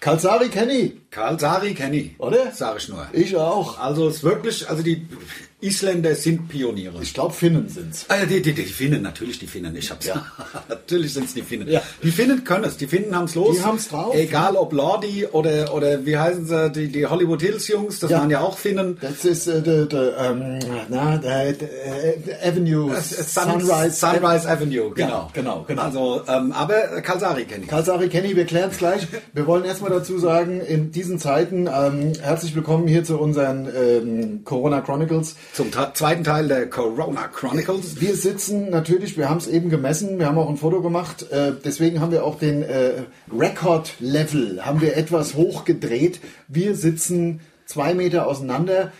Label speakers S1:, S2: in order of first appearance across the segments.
S1: Kalsari kenne ich,
S2: Karl Sari kenne ich.
S1: Oder?
S2: Sag ich nur.
S1: ich auch.
S2: Also es ist wirklich, also die Isländer sind Pioniere.
S1: Ich glaube, Finnen sind's.
S2: Ah, ja, die, die, die Finnen, natürlich die Finnen. Ich hab's.
S1: Ja.
S2: natürlich sind es die Finnen.
S1: Ja.
S2: Die Finnen können es. Die Finnen haben's los.
S1: Die haben's drauf.
S2: Egal ob Lordi oder, oder wie heißen sie, die, die Hollywood Hills Jungs, das
S1: Ja.
S2: waren ja auch Finnen.
S1: Das ist äh, der, der, ähm, na, der, der Avenue
S2: Sun-
S1: Sunrise.
S2: Sunrise Avenue, genau.
S1: Ja, genau, genau.
S2: Also, ähm, aber Kalsari kenne ich.
S1: Kalsari Kenny, wir klären es gleich. Wir wollen erstmal dazu sagen, in diesen Zeiten ähm, herzlich willkommen hier zu unseren ähm, Corona Chronicles.
S2: Zum ta- zweiten Teil der Corona Chronicles.
S1: Wir sitzen natürlich, wir haben es eben gemessen, wir haben auch ein Foto gemacht, äh, deswegen haben wir auch den äh, Record Level, haben wir etwas hochgedreht. Wir sitzen zwei Meter auseinander.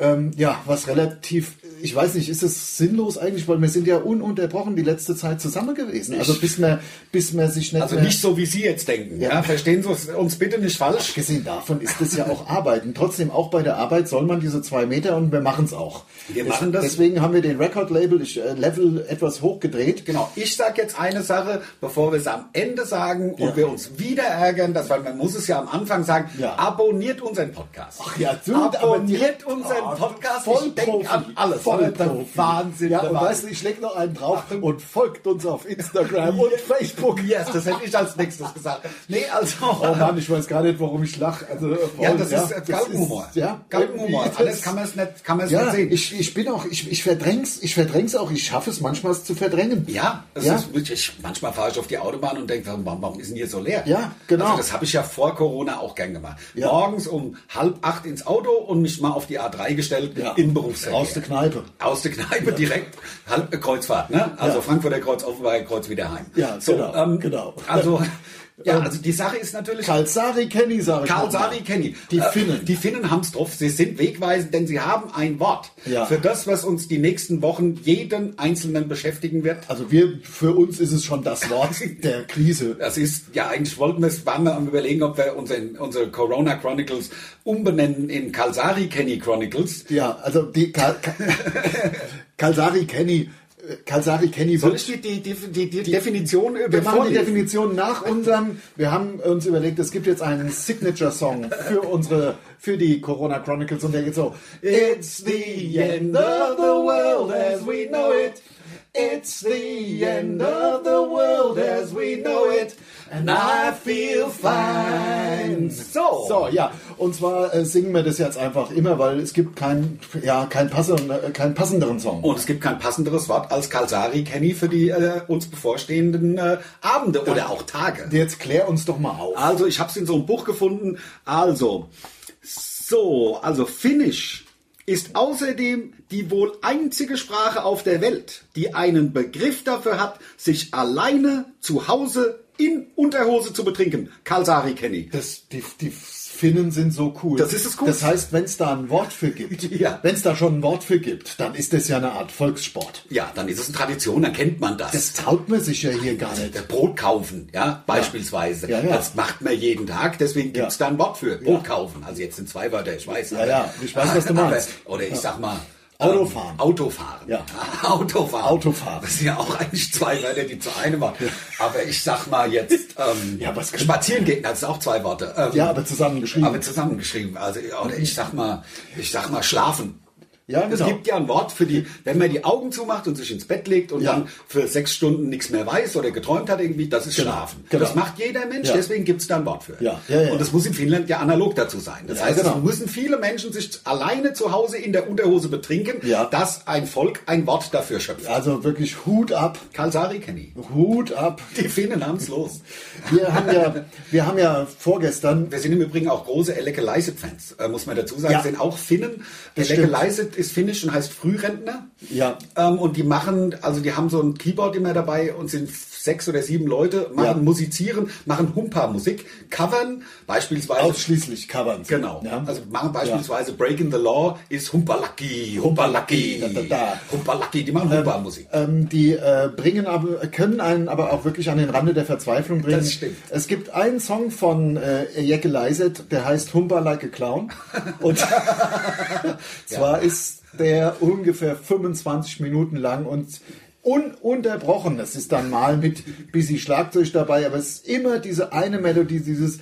S1: Ähm, ja, was relativ, ich weiß nicht, ist es sinnlos eigentlich, weil wir sind ja ununterbrochen die letzte Zeit zusammen gewesen. Also bis man, bis man sich nicht
S2: Also
S1: mehr-
S2: nicht so, wie Sie jetzt denken. Ja.
S1: Ja.
S2: verstehen Sie uns- uns bitte nicht falsch.
S1: Abgesehen davon ist das ja auch Arbeiten. Trotzdem, auch bei der Arbeit soll man diese zwei Meter und wir machen es auch.
S2: Wir machen das.
S1: Deswegen haben wir den Record-Label ich, äh, Level etwas hochgedreht.
S2: Genau, ich sage jetzt eine Sache, bevor wir es am Ende sagen und
S1: Ja.
S2: wir uns wieder ärgern, das, weil man muss es ja am Anfang sagen,
S1: Ja.
S2: abonniert unseren Podcast.
S1: Ach ja, du,
S2: abonniert
S1: aber-
S2: unseren
S1: Ah,
S2: Podcast.
S1: voll
S2: ich denke an alles. ne?
S1: Voll
S2: der Wahnsinn.
S1: Ja,
S2: der
S1: und
S2: Wahnsinn.
S1: weißt du, ich leg noch einen drauf und folgt uns auf Instagram und Facebook.
S2: Yes, das hätte ich als nächstes gesagt. Nee, also.
S1: Oh Mann, ich weiß gar nicht, warum ich lache. Also,
S2: ja,
S1: voll,
S2: das ist äh, Galgenhumor.
S1: Ja,
S2: Galgenhumor.
S1: irgendwie
S2: Alles
S1: ist-
S2: kann man es nicht, kann man es
S1: ja,
S2: nicht sehen.
S1: ich, ich bin auch, ich, ich verdräng's, ich verdräng's auch, ich schaffe es manchmal es zu verdrängen.
S2: Ja, es
S1: Ja.
S2: Ist, ich, manchmal fahre ich auf die Autobahn und denke, warum, warum ist denn hier so leer?
S1: Ja, genau.
S2: Also das habe ich ja vor Corona auch gern gemacht.
S1: Ja.
S2: Morgens um halb acht ins Auto und mich mal auf die A3 gestellt
S1: Ja.
S2: in Berufsverkehr.
S1: Aus der Kneipe.
S2: Aus der Kneipe direkt, halb äh, Kreuzfahrt, ne? Also
S1: Ja.
S2: Frankfurter Kreuz, Offenbarer Kreuz wieder heim.
S1: Ja, genau, genau. Ähm,
S2: Also, ja, also die Sache ist natürlich,
S1: Kalsari Kenny, sage ich
S2: Karl
S1: nochmal.
S2: Sari kenne ich.
S1: Die
S2: Äh,
S1: Finnen.
S2: Die Finnen haben es drauf. Sie sind wegweisend, denn sie haben ein Wort
S1: Ja.
S2: für das, was uns die nächsten Wochen jeden Einzelnen beschäftigen wird.
S1: also wir, für uns ist es schon das Wort der Krise.
S2: Das ist, ja, eigentlich wollten wir es, waren wir am überlegen, ob wir unseren, unsere Corona Chronicles umbenennen in Kalsari Kenny Chronicles.
S1: Ja, also die Kal Ka- Kalsari Kenny, äh, Kalsari Kenny
S2: Soll
S1: wird-
S2: ich die, die, die, die, die Definition
S1: wir machen die
S2: vorlesen?
S1: Definition nach unserem, wir haben uns überlegt, es gibt jetzt einen Signature-Song für unsere, für die Corona Chronicles und der geht so. It's the end of the world as we know it. It's the end of the world as we know it. And I feel fine.
S2: So.
S1: So, ja. Und zwar äh, singen wir das jetzt einfach immer, weil es gibt keinen, ja, keinen passenden, keinen passenderen Song.
S2: Und es gibt kein passenderes Wort als Kalsari Kenny für die äh, uns bevorstehenden äh, Abende oder auch Tage.
S1: Jetzt klär uns doch mal auf.
S2: Also, ich habe es in so einem Buch gefunden. Also, so, also Finnisch ist außerdem die wohl einzige Sprache auf der Welt, die einen Begriff dafür hat, sich alleine zu Hause in Unterhose zu betrinken. Kalsari Kenny.
S1: Das, die, die Finnen sind so cool.
S2: Das ist es cool.
S1: Das heißt, wenn es da ein Wort für gibt,
S2: Ja.
S1: wenn es da schon ein Wort für gibt, dann ist das ja eine Art Volkssport.
S2: Ja, dann ist es eine Tradition, dann kennt man das.
S1: Das traut man sich ja hier gar nicht.
S2: Brot kaufen, ja, beispielsweise.
S1: Ja, ja.
S2: Das macht man jeden Tag, deswegen gibt's da ein Wort für. Brot kaufen. Also jetzt sind zwei Wörter, ich weiß.
S1: Ja, ja, ich weiß, was du meinst.
S2: Aber, oder ich sag mal.
S1: Autofahren.
S2: Ähm, Autofahren.
S1: Ja.
S2: Autofahren.
S1: Autofahren.
S2: Das sind ja auch eigentlich zwei Wörter, die zu einem waren. Aber ich sag mal jetzt, ähm,
S1: Ja, was können-
S2: spazieren gehen, das sind auch zwei Worte. Ähm,
S1: Ja, aber zusammengeschrieben.
S2: aber zusammengeschrieben. Also, oder ich sag mal, ich sag mal schlafen.
S1: Ja,
S2: Es
S1: genau.
S2: gibt ja ein Wort für die, wenn man die Augen zumacht und sich ins Bett legt und
S1: Ja.
S2: dann für sechs Stunden nichts mehr weiß oder geträumt hat irgendwie, das ist Schlafen.
S1: genau.
S2: Das macht jeder Mensch,
S1: Ja.
S2: deswegen gibt es da ein Wort für.
S1: Ja, ja, ja.
S2: Und das muss in Finnland ja analog dazu sein. Das
S1: Ja,
S2: heißt,
S1: genau.
S2: es müssen viele Menschen sich alleine zu Hause in der Unterhose betrinken,
S1: Ja.
S2: dass ein Volk ein Wort dafür schöpft.
S1: Also wirklich Hut ab,
S2: Kalsari kenne ich.
S1: Hut ab.
S2: Die Finnen haben's los.
S1: Wir haben ja, wir haben ja vorgestern,
S2: Wir sind im Übrigen auch große Elke Leiset-Fans, äh, muss man dazu sagen.
S1: Ja.
S2: sind auch Finnen.
S1: Das
S2: Elke
S1: stimmt.
S2: Leiset ist finnisch und heißt Frührentner.
S1: Ja.
S2: Ähm, und die machen, also die haben so ein Keyboard immer dabei und sind sechs oder sieben Leute, machen
S1: Ja.
S2: musizieren, machen Humpa-Musik, covern beispielsweise.
S1: ausschließlich covern.
S2: Also- Genau.
S1: Ja?
S2: Also machen beispielsweise Breaking the Law ist Humpalaki, Humpalaki,
S1: Da, da, da.
S2: Humpalaki. Die machen Humpa-Musik.
S1: Ähm, die äh, bringen aber, können einen aber auch wirklich an den Rande der Verzweiflung bringen.
S2: Das stimmt.
S1: Es gibt einen Song von äh, Jekke Leiset, der heißt Humper Like a Clown. Und zwar ist der ungefähr 25 Minuten lang und ununterbrochen. Das ist dann mal mit bisschen Schlagzeug dabei, aber es ist immer diese eine Melodie, dieses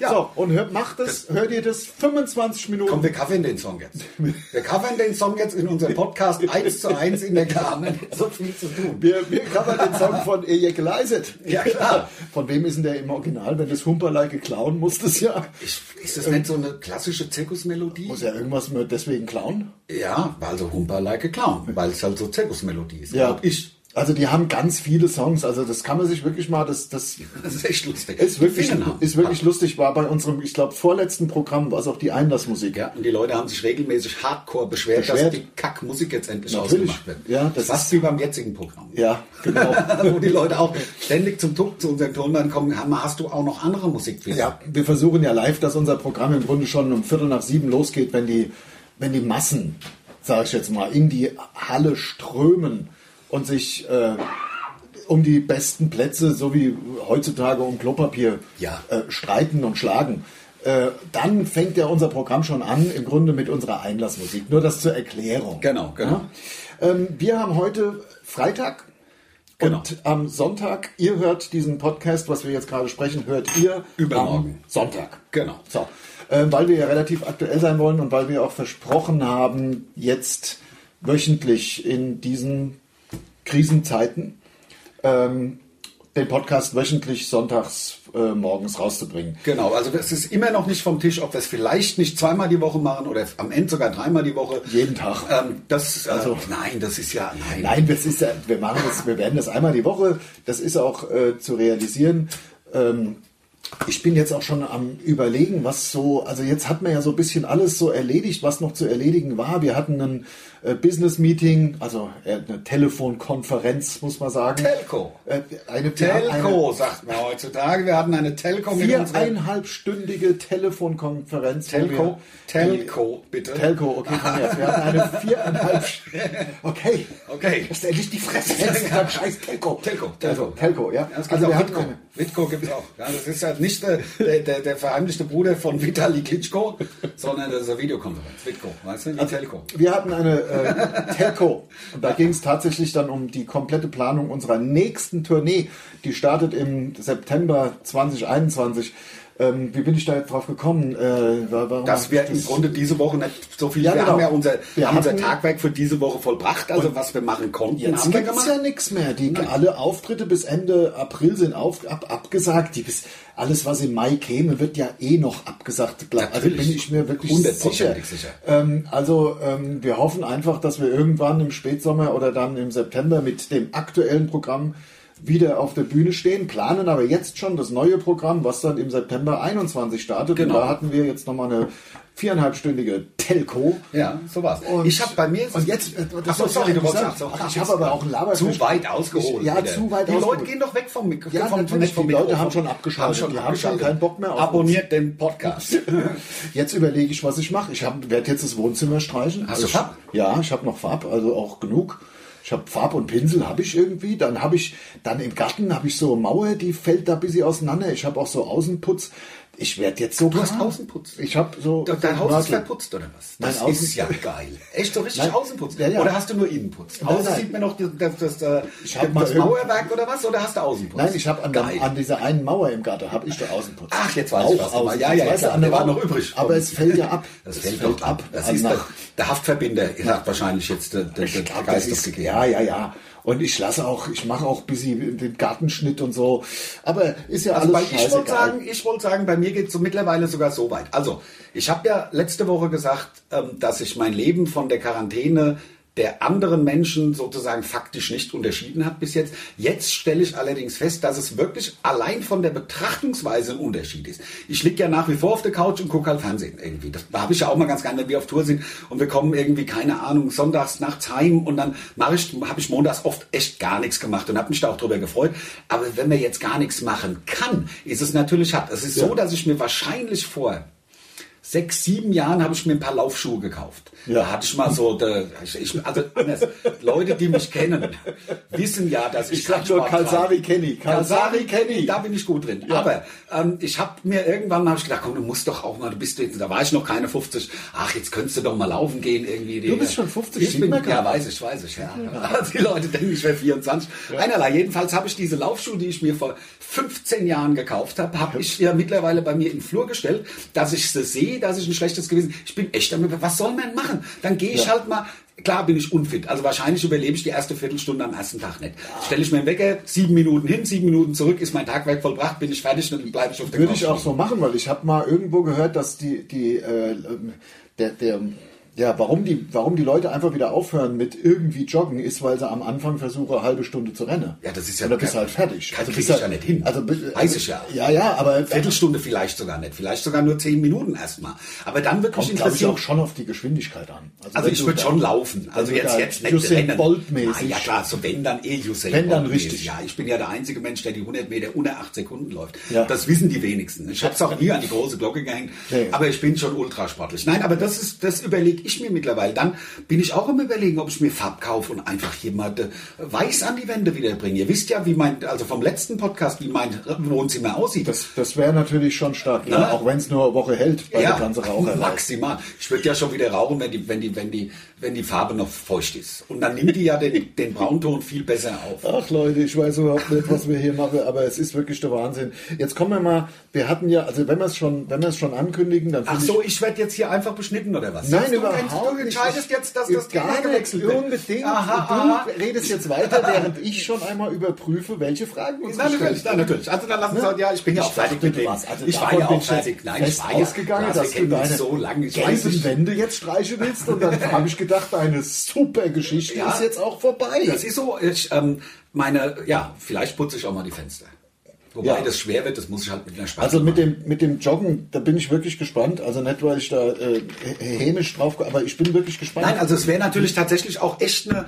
S1: So, und hör, macht es, hört ihr das 25
S2: Komm,
S1: Minuten.
S2: wir covern den Song jetzt. Wir covern den Song jetzt in unserem Podcast eins zu eins in der Klammer. So viel zu tun.
S1: Wir, wir covern den Song von Ejek Leiset.
S2: Ja, klar.
S1: Von wem ist denn der im Original? Wenn das Humperlei klauen muss, das ja.
S2: Ich, ist das nicht so eine klassische Zirkusmelodie?
S1: Muss ja irgendwas mit deswegen klauen?
S2: Ja, weil so Humper like a Clown, weil es halt so Zirkusmelodie ist.
S1: Ja.
S2: Glaub Ich,
S1: Also die haben ganz viele Songs. Also das kann man sich wirklich mal, das, das
S2: das ist echt lustig.
S1: ist wirklich,
S2: Finnen haben-
S1: ist wirklich lustig. War bei unserem, ich glaube, vorletzten Programm, war es auch die Einlassmusik.
S2: Ja, und die Leute haben sich regelmäßig hardcore beschwert, dass
S1: Beschwert.
S2: die Kackmusik jetzt endlich
S1: Natürlich.
S2: ausgemacht wird.
S1: Ja, das
S2: das Fast wie beim jetzigen Programm.
S1: Ja, genau.
S2: Wo die Leute auch ständig zum Tuck zu unserem Tonmann kommen, haben, hast du auch noch andere Musik für
S1: Ja, wir versuchen ja live, dass unser Programm im Grunde schon um Viertel nach sieben losgeht, wenn die, wenn die Massen, sage ich jetzt mal, in die Halle strömen und sich äh, um die besten Plätze, so wie heutzutage um Klopapier,
S2: Ja.
S1: äh, streiten und schlagen. Äh, dann fängt ja unser Programm schon an, im Grunde mit unserer Einlassmusik. Nur das zur Erklärung.
S2: Genau, genau.
S1: Ja? Ähm, wir haben heute Freitag.
S2: Genau.
S1: Und am Sonntag, ihr hört diesen Podcast, was wir jetzt gerade sprechen, hört ihr
S2: Übermorgen.
S1: am Sonntag.
S2: Genau.
S1: So, äh, weil wir ja relativ aktuell sein wollen und weil wir auch versprochen haben, jetzt wöchentlich in diesen Krisenzeiten ähm, den Podcast wöchentlich sonntags äh, morgens rauszubringen.
S2: Genau, also es ist immer noch nicht vom Tisch, ob wir es vielleicht nicht zweimal die Woche machen oder am Ende sogar dreimal die Woche.
S1: Jeden Tag.
S2: Ähm, das, äh, also
S1: Also-
S2: nein, das ist ja nein.
S1: Nein, das ist ja, wir machen das, wir werden das einmal die Woche. Das ist auch äh, zu realisieren. Ähm, ich bin jetzt auch schon am überlegen, was so, also jetzt hat man ja so ein bisschen alles so erledigt, was noch zu erledigen war. Wir hatten ein äh, Business Meeting, also äh, eine Telefonkonferenz, muss man sagen.
S2: Telco.
S1: Äh, eine
S2: Telco, sagt man heutzutage. Wir hatten eine Telco
S1: eine
S2: mit unserer
S1: Viereinhalbstündige Telefonkonferenz. wo
S2: Telco.
S1: wir-
S2: Telco, bitte.
S1: Telco, okay, komm jetzt. Wir hatten eine viereinhalb. Okay.
S2: Okay.
S1: Jetzt endlich die Fresse. Jetzt ist dein scheiß Telco.
S2: Telco,
S1: Also,
S2: Telco.
S1: Telco, ja.
S2: Ja, es gibt
S1: Also,
S2: also
S1: wir
S2: auch
S1: hatten
S2: Witko.
S1: eine.
S2: Witko gibt es auch. Ja, das ist halt nicht der, der, der, der verheimlichte Bruder von Vitali Klitschko, sondern das ist eine Videokonferenz. Witko, weißt du? Die
S1: Also
S2: Telco.
S1: Wir hatten eine äh, Telco und da ging es tatsächlich dann um die komplette Planung unserer nächsten Tournee. Die startet im September 2021. Ähm, wie bin ich da jetzt drauf gekommen? Äh, wa- warum
S2: Dass wir im Grunde diese Woche nicht so viel, wir
S1: genau.
S2: haben ja unser,
S1: Wir
S2: haben unser
S1: hatten-
S2: Tagwerk für diese Woche vollbracht, also was wir machen konnten,
S1: Jetzt
S2: haben wir
S1: gibt es
S2: gemacht.
S1: ja nichts mehr. Die, alle Auftritte bis Ende April sind auf, ab, abgesagt. Die bis, alles, was im Mai käme, wird ja eh noch abgesagt. bleiben. Also
S2: Natürlich.
S1: bin ich mir wirklich sicher.
S2: Hundertprozentig sicher.
S1: Ähm, also ähm, wir hoffen einfach, dass wir irgendwann im Spätsommer oder dann im September mit dem aktuellen Programm wieder auf der Bühne stehen, planen aber jetzt schon das neue Programm, was dann im September 21 startet.
S2: Genau.
S1: Und da hatten wir jetzt nochmal eine viereinhalbstündige Telco.
S2: Ja, so war's.
S1: Und-
S2: ich habe bei mir.
S1: und jetzt- äh, das
S2: Ach so,
S1: sollst du
S2: sorry, du
S1: eigentlich
S2: wolltest.
S1: sagen.
S2: sagen.
S1: Ach, ich hab aber auch einen Laberfisch.
S2: Zu weit ausgeholt.
S1: Ich- ja,
S2: wieder.
S1: zu weit
S2: Die Leute
S1: ausgeholt.
S2: gehen doch weg vom Mikrofon.
S1: Ja,
S2: vom,
S1: natürlich,
S2: vom
S1: die Leute
S2: Mikrofon.
S1: haben schon abgeschaltet.
S2: schon
S1: Die haben schon
S2: abgeschaltet.
S1: keinen Bock mehr auf
S2: Abonniert den Podcast.
S1: Jetzt überlege ich, was ich mache. Ich werde jetzt das Wohnzimmer streichen.
S2: Hast du
S1: ich,
S2: Farb?
S1: Ja, ich habe noch Farb, also auch genug. Ich habe Farb und Pinsel, habe ich irgendwie. Dann habe ich, dann im Garten habe ich so eine Mauer, die fällt da ein bisschen auseinander. Ich habe auch so Außenputz. Ich werde jetzt so.
S2: Du hast Außenputz?
S1: Ich habe so.
S2: Dein- Dein
S1: so
S2: Haus ist
S1: Mörtel.
S2: verputzt oder was?
S1: Mein
S2: Das
S1: Außen-
S2: ist ja geil. Echt so richtig
S1: Nein.
S2: Außenputz?
S1: Ja, ja.
S2: Oder hast du nur Innenputz?
S1: Nein,
S2: Außen
S1: nein.
S2: sieht man noch das, das, das, äh,
S1: hab mal
S2: das
S1: irgend-
S2: Mauerwerk oder was? Oder hast du Außenputz?
S1: Nein, ich habe an,
S2: geil.
S1: der- an dieser einen Mauer im Garten habe ich da Außenputz.
S2: Ach, jetzt weiß ich was. du meinst.
S1: Außenputz.
S2: Ja, ja, ja,
S1: Weißt du,
S2: klar.
S1: an der
S2: Der war
S1: Wand-
S2: noch übrig.
S1: Aber es fällt ja ab.
S2: Das fällt doch ab. Das
S1: Also
S2: ist
S1: nach-
S2: doch, der Haftverbinder hat wahrscheinlich jetzt äh, der, der,
S1: Ich
S2: der
S1: glaub, das
S2: Geist
S1: ist,
S2: aufgegeben.
S1: ja, ja, ja. Und ich lasse auch, ich mache auch busy den Gartenschnitt und so. Aber ist ja
S2: Also, weil
S1: alles
S2: ich wollte
S1: scheißegal.
S2: sagen, ich wollte sagen, bei mir geht es so mittlerweile sogar so weit. Also, ich habe ja letzte Woche gesagt, ähm, dass ich mein Leben von der Quarantäne der anderen Menschen sozusagen faktisch nicht unterschieden hat bis jetzt. Jetzt stelle ich allerdings fest, dass es wirklich allein von der Betrachtungsweise ein Unterschied ist. Ich liege ja nach wie vor auf der Couch und gucke halt Fernsehen irgendwie. Das habe ich ja auch mal ganz gerne, wenn wir auf Tour sind und wir kommen irgendwie, keine Ahnung, sonntags nachts heim und dann mache ich, habe ich montags oft echt gar nichts gemacht und habe mich da auch drüber gefreut. Aber wenn man jetzt gar nichts machen kann, ist es natürlich hart. Es ist so, dass ich mir wahrscheinlich vor sechs, sieben Jahren habe ich mir ein paar Laufschuhe gekauft.
S1: Ja.
S2: Da hatte ich mal so, de, ich, ich, also anders, Leute, die mich kennen, wissen ja, dass ich,
S1: Ich sag nur
S2: Radsport treibe.
S1: Kalsari Kenny. Kalsari Kenny.
S2: Da bin ich gut drin. Aber ähm, ich habe mir irgendwann hab ich gedacht, komm, du musst doch auch mal, du bist jetzt, da war ich noch keine 50. Ach, jetzt könntest du doch mal laufen gehen irgendwie.
S1: Du bist schon 50,
S2: Ich
S1: sieht
S2: bin,
S1: man gar
S2: ja,
S1: nicht.
S2: weiß ich, weiß ich. Ja. Die Leute denken, ich wäre 24. Einerlei. Jedenfalls habe ich diese Laufschuhe, die ich mir vor 15 Jahren gekauft habe, habe ich ja mittlerweile bei mir in den Flur gestellt, dass ich sie sehe, dass ich ein schlechtes Gewissen. Ich bin echt damit, was soll man machen? Dann gehe ich
S1: Ja.
S2: halt mal. Klar bin ich unfit. Also wahrscheinlich überlebe ich die erste Viertelstunde am ersten Tag nicht. Stelle ich mir einen Wecker, sieben Minuten hin, sieben Minuten zurück, ist mein Tagwerk vollbracht, bin ich fertig, dann bleibe ich auf der
S1: Würde ich
S2: Couch.
S1: auch so machen, weil ich habe mal irgendwo gehört, dass die, die, äh, ähm, der, der, ja, warum die, warum die Leute einfach wieder aufhören mit irgendwie joggen, ist, weil sie am Anfang versuchen, eine halbe Stunde zu rennen.
S2: Ja, das ist ja
S1: Und dann bist du
S2: kein-
S1: halt fertig.
S2: kein- krieg
S1: bist
S2: ich
S1: halt-
S2: ja nicht hin.
S1: Also, bi-
S2: Weiß ich ja.
S1: Ja, ja, aber
S2: Viertelstunde vielleicht sogar nicht, vielleicht sogar nur zehn Minuten erstmal. Aber dann wirklich
S1: kommt, glaube ich,
S2: interessiert.
S1: auch schon auf die Geschwindigkeit an.
S2: Also
S1: wenn
S2: ich
S1: du
S2: würde
S1: da-
S2: schon laufen. Also
S1: wenn du
S2: jetzt,
S1: da
S2: jetzt nicht
S1: Usain
S2: rennen.
S1: Bolt-mäßig-
S2: Ah, ja klar, so wenn dann eh Usain
S1: Wenn, dann
S2: Bolt-mäßig.
S1: richtig.
S2: Ja, ich bin ja der einzige Mensch, der die 100 Meter unter 8 Sekunden läuft.
S1: Ja.
S2: Das wissen die wenigsten. Ich habe es auch nie an die große Glocke gehängt.
S1: Nee.
S2: Aber ich bin schon ultrasportlich. Nein, aber das ist, das überlege ich mir mittlerweile. Dann bin ich auch im Überlegen, ob ich mir Farb kaufe und einfach jemand äh, weiß an die Wände wieder bringe. Ihr wisst ja, wie mein, also vom letzten Podcast, wie mein Wohnzimmer aussieht.
S1: Das, das wäre natürlich schon stark, ne?
S2: Na?
S1: auch wenn es nur eine Woche hält bei der ganzen Raucherei.
S2: maximal. Ich würde ja schon wieder rauchen, wenn die, wenn die, wenn die, wenn die Farbe noch feucht ist. Und dann nimmt die ja den, den Braunton viel besser auf.
S1: Ach Leute, ich weiß überhaupt nicht, was wir hier machen, aber es ist wirklich der Wahnsinn. Jetzt kommen wir mal, wir hatten ja, also wenn wir es schon, wenn wir es schon ankündigen, dann
S2: Ach
S1: finde
S2: so, ich werde jetzt hier einfach beschnitten oder was?
S1: Nein,
S2: du,
S1: überhaupt
S2: Du
S1: nicht.
S2: entscheidest jetzt, dass
S1: Ich-
S2: das
S1: gar
S2: Thema
S1: nicht
S2: gewechselt wird.
S1: Unbedingt.
S2: Aha,
S1: du
S2: aha.
S1: redest jetzt weiter, während ich schon einmal überprüfe, welche Fragen uns
S2: Nein,
S1: gestellt
S2: natürlich, nein, natürlich. Also dann lass uns
S1: Ne?
S2: sagen, ja, ich bin ja auch
S1: Ich
S2: fertig
S1: dachte,
S2: mit
S1: du
S2: dem.
S1: warst- also
S2: ich war
S1: davon
S2: ja
S1: bin
S2: auch
S1: ich
S2: fertig. Nein, ich
S1: fest
S2: war ja
S1: ausgegangen,
S2: Klar,
S1: dass
S2: wir
S1: du
S2: kennen uns
S1: deine
S2: so lange. Ich weiß
S1: gelben
S2: nicht.
S1: Wände jetzt streichen willst und dann habe ich gedacht, deine super Geschichte
S2: Ja.
S1: ist jetzt auch vorbei.
S2: Das ist so, ich, ähm, meine, ja, vielleicht putze ich auch mal die Fenster. Wobei
S1: Ja.
S2: das schwer wird, das muss ich halt mit einer Spaß
S1: Also mit dem, mit dem Joggen, da bin ich wirklich gespannt. Also nicht, weil ich da äh, hämisch drauf, aber ich bin wirklich gespannt.
S2: Nein, also es wäre natürlich tatsächlich auch echt eine,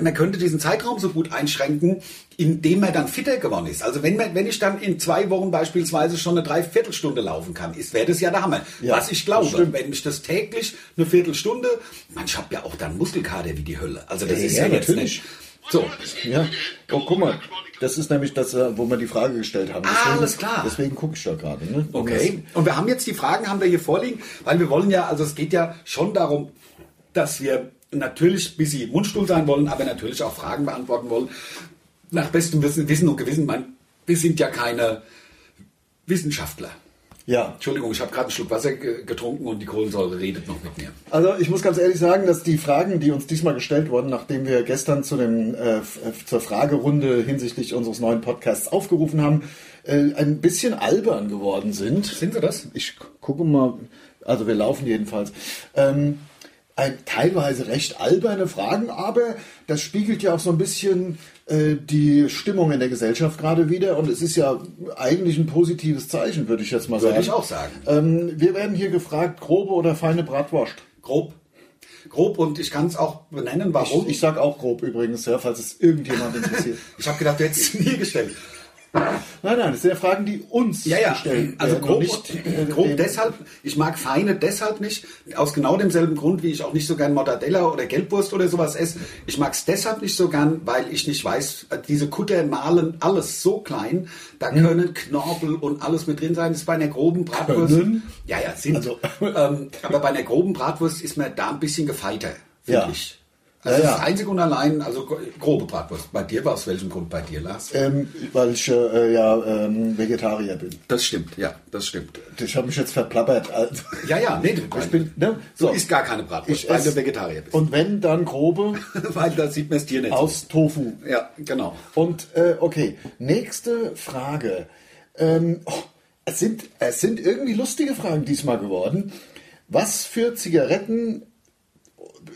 S2: man könnte diesen Zeitraum so gut einschränken, indem man dann fitter geworden ist. Also wenn, man, wenn ich dann in zwei Wochen beispielsweise schon eine Dreiviertelstunde laufen kann, ist wäre das ja der Hammer.
S1: Ja,
S2: Was ich
S1: das
S2: glaube,
S1: stimmt.
S2: wenn ich das täglich eine Viertelstunde, man, ich habe ja auch dann Muskelkater wie die Hölle. Also das
S1: Ja,
S2: ist
S1: ja,
S2: ja, jetzt
S1: natürlich.
S2: nicht. So,
S1: Ja, oh, guck mal, das ist nämlich das, äh, wo wir die Frage gestellt haben.
S2: Ah, alles klar.
S1: Deswegen gucke ich da gerade. Ne? Um
S2: Okay. Und wir haben jetzt die Fragen, haben wir hier vorliegen, weil wir wollen ja, also es geht ja schon darum, dass wir natürlich ein bisschen mundstuhl sein wollen, aber natürlich auch Fragen beantworten wollen. Nach bestem Wissen, Wissen und Gewissen, man, wir sind ja keine Wissenschaftler.
S1: Das, ja,
S2: Entschuldigung, ich habe gerade einen Schluck Wasser ge- getrunken und die Kohlensäure redet noch mit mir.
S1: Also ich muss ganz ehrlich sagen, dass die Fragen, die uns diesmal gestellt wurden, nachdem wir gestern zu dem, äh, f- äh, zur Fragerunde hinsichtlich unseres neuen Podcasts aufgerufen haben, äh, ein bisschen albern geworden sind.
S2: Sind sie das?
S1: Ich gu- gucke mal, also wir laufen jedenfalls. Ähm, ein, teilweise recht alberne Fragen, aber das spiegelt ja auch so ein bisschen äh, die Stimmung in der Gesellschaft gerade wieder und es ist ja eigentlich ein positives Zeichen, würde ich jetzt mal
S2: Würde
S1: sagen.
S2: ich auch sagen.
S1: Ähm, wir werden hier gefragt, grobe oder feine Bratwurst.
S2: Grob. Grob und ich kann es auch benennen, warum.
S1: Ich, ich sag auch grob übrigens, ja, falls es irgendjemand interessiert.
S2: ich habe gedacht, du hättest es mir gestellt.
S1: Nein, nein, das sind ja Fragen, die uns
S2: Ja, ja,
S1: gestellt
S2: also
S1: werden
S2: grob,
S1: und äh, nicht, äh,
S2: grob
S1: dem-
S2: deshalb, ich mag Feine deshalb nicht, aus genau demselben Grund, wie ich auch nicht so gern Mortadella oder Gelbwurst oder sowas esse. Ich mag es deshalb nicht so gern, weil ich nicht weiß, äh, diese Kutter malen alles so klein, da
S1: Hm.
S2: können Knorpel und alles mit drin sein. Das ist bei einer groben Bratwurst.
S1: Können?
S2: Ja, ja, sind.
S1: Also-
S2: ähm, aber bei einer groben Bratwurst ist man da ein bisschen gefeiter, finde
S1: Ja.
S2: ich. Also
S1: Ja,
S2: das
S1: ja.
S2: ist einzig und allein, also gro- grobe Bratwurst. Bei dir war aus welchem Grund bei dir, Lars?
S1: Ähm, weil ich äh, ja ähm, Vegetarier bin.
S2: Das stimmt, ja, das stimmt.
S1: Ich habe mich jetzt verplappert. Also,
S2: Ja, ja, nee, du-
S1: ich bin, ne?
S2: So ist gar keine Bratwurst,
S1: Ich
S2: weil du
S1: ess-
S2: Vegetarier bist.
S1: Und wenn, dann grobe
S2: weil da sieht man es dir nicht.
S1: aus Tofu.
S2: so. Ja, genau.
S1: Und äh, okay, nächste Frage. Ähm, oh, es, sind, es sind irgendwie lustige Fragen diesmal geworden. Was für Zigaretten,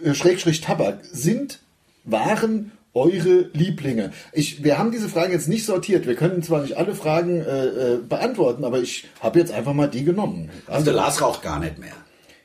S1: äh, Schrägstrich Tabak, sind, waren eure Lieblinge? Ich, wir haben diese Fragen jetzt nicht sortiert. Wir können zwar nicht alle Fragen äh, äh, beantworten, aber ich habe jetzt einfach mal die genommen.
S2: Also der Lars raucht gar nicht mehr.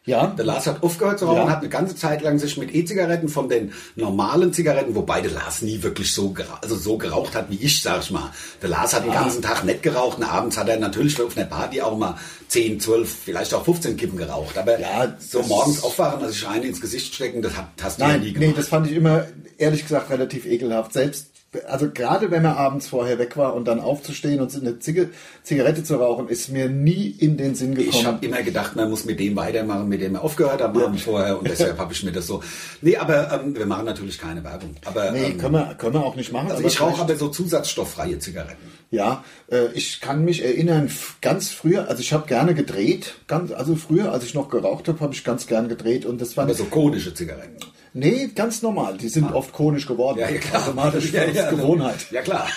S1: Ja.
S2: Der Lars hat aufgehört zu rauchen,
S1: Ja.
S2: hat eine ganze Zeit lang sich mit E-Zigaretten von den normalen Zigaretten, wobei der Lars nie wirklich so, gera- also so geraucht hat wie ich, sag ich mal. Der Lars hat den ganzen Tag nicht geraucht und abends hat er natürlich auf einer Party auch mal 10, 12, vielleicht auch 15 Kippen geraucht. Aber
S1: Ja,
S2: so
S1: das-
S2: morgens aufwachen, also sich eine ins Gesicht stecken, das hat- hast du ja
S1: Nein,
S2: nie
S1: nee,
S2: gemacht.
S1: das fand ich immer, ehrlich gesagt, relativ ekelhaft. Selbst, also gerade wenn man abends vorher weg war und dann aufzustehen und eine Zige, Zigarette zu rauchen, ist mir nie in den Sinn
S2: Ich
S1: gekommen.
S2: habe immer gedacht, man muss mit dem weitermachen, mit dem er aufgehört hat, ja. vorher. Und deshalb habe ich mir das so. Nee, aber ähm, wir machen natürlich keine Werbung. Aber
S1: Nee,
S2: ähm,
S1: können wir, können wir auch nicht machen.
S2: also
S1: aber
S2: ich rauche
S1: vielleicht-
S2: aber so zusatzstofffreie Zigaretten.
S1: Ja, äh, ich kann mich erinnern, f- ganz früher, also ich habe gerne gedreht, ganz, also früher, als ich noch geraucht habe, habe ich ganz gern gedreht und das war
S2: Aber so konische Also Zigaretten.
S1: nee, ganz normal. Die sind oft konisch geworden, automatisch
S2: Ja,
S1: aus
S2: ja,
S1: Gewohnheit.
S2: Ja, klar.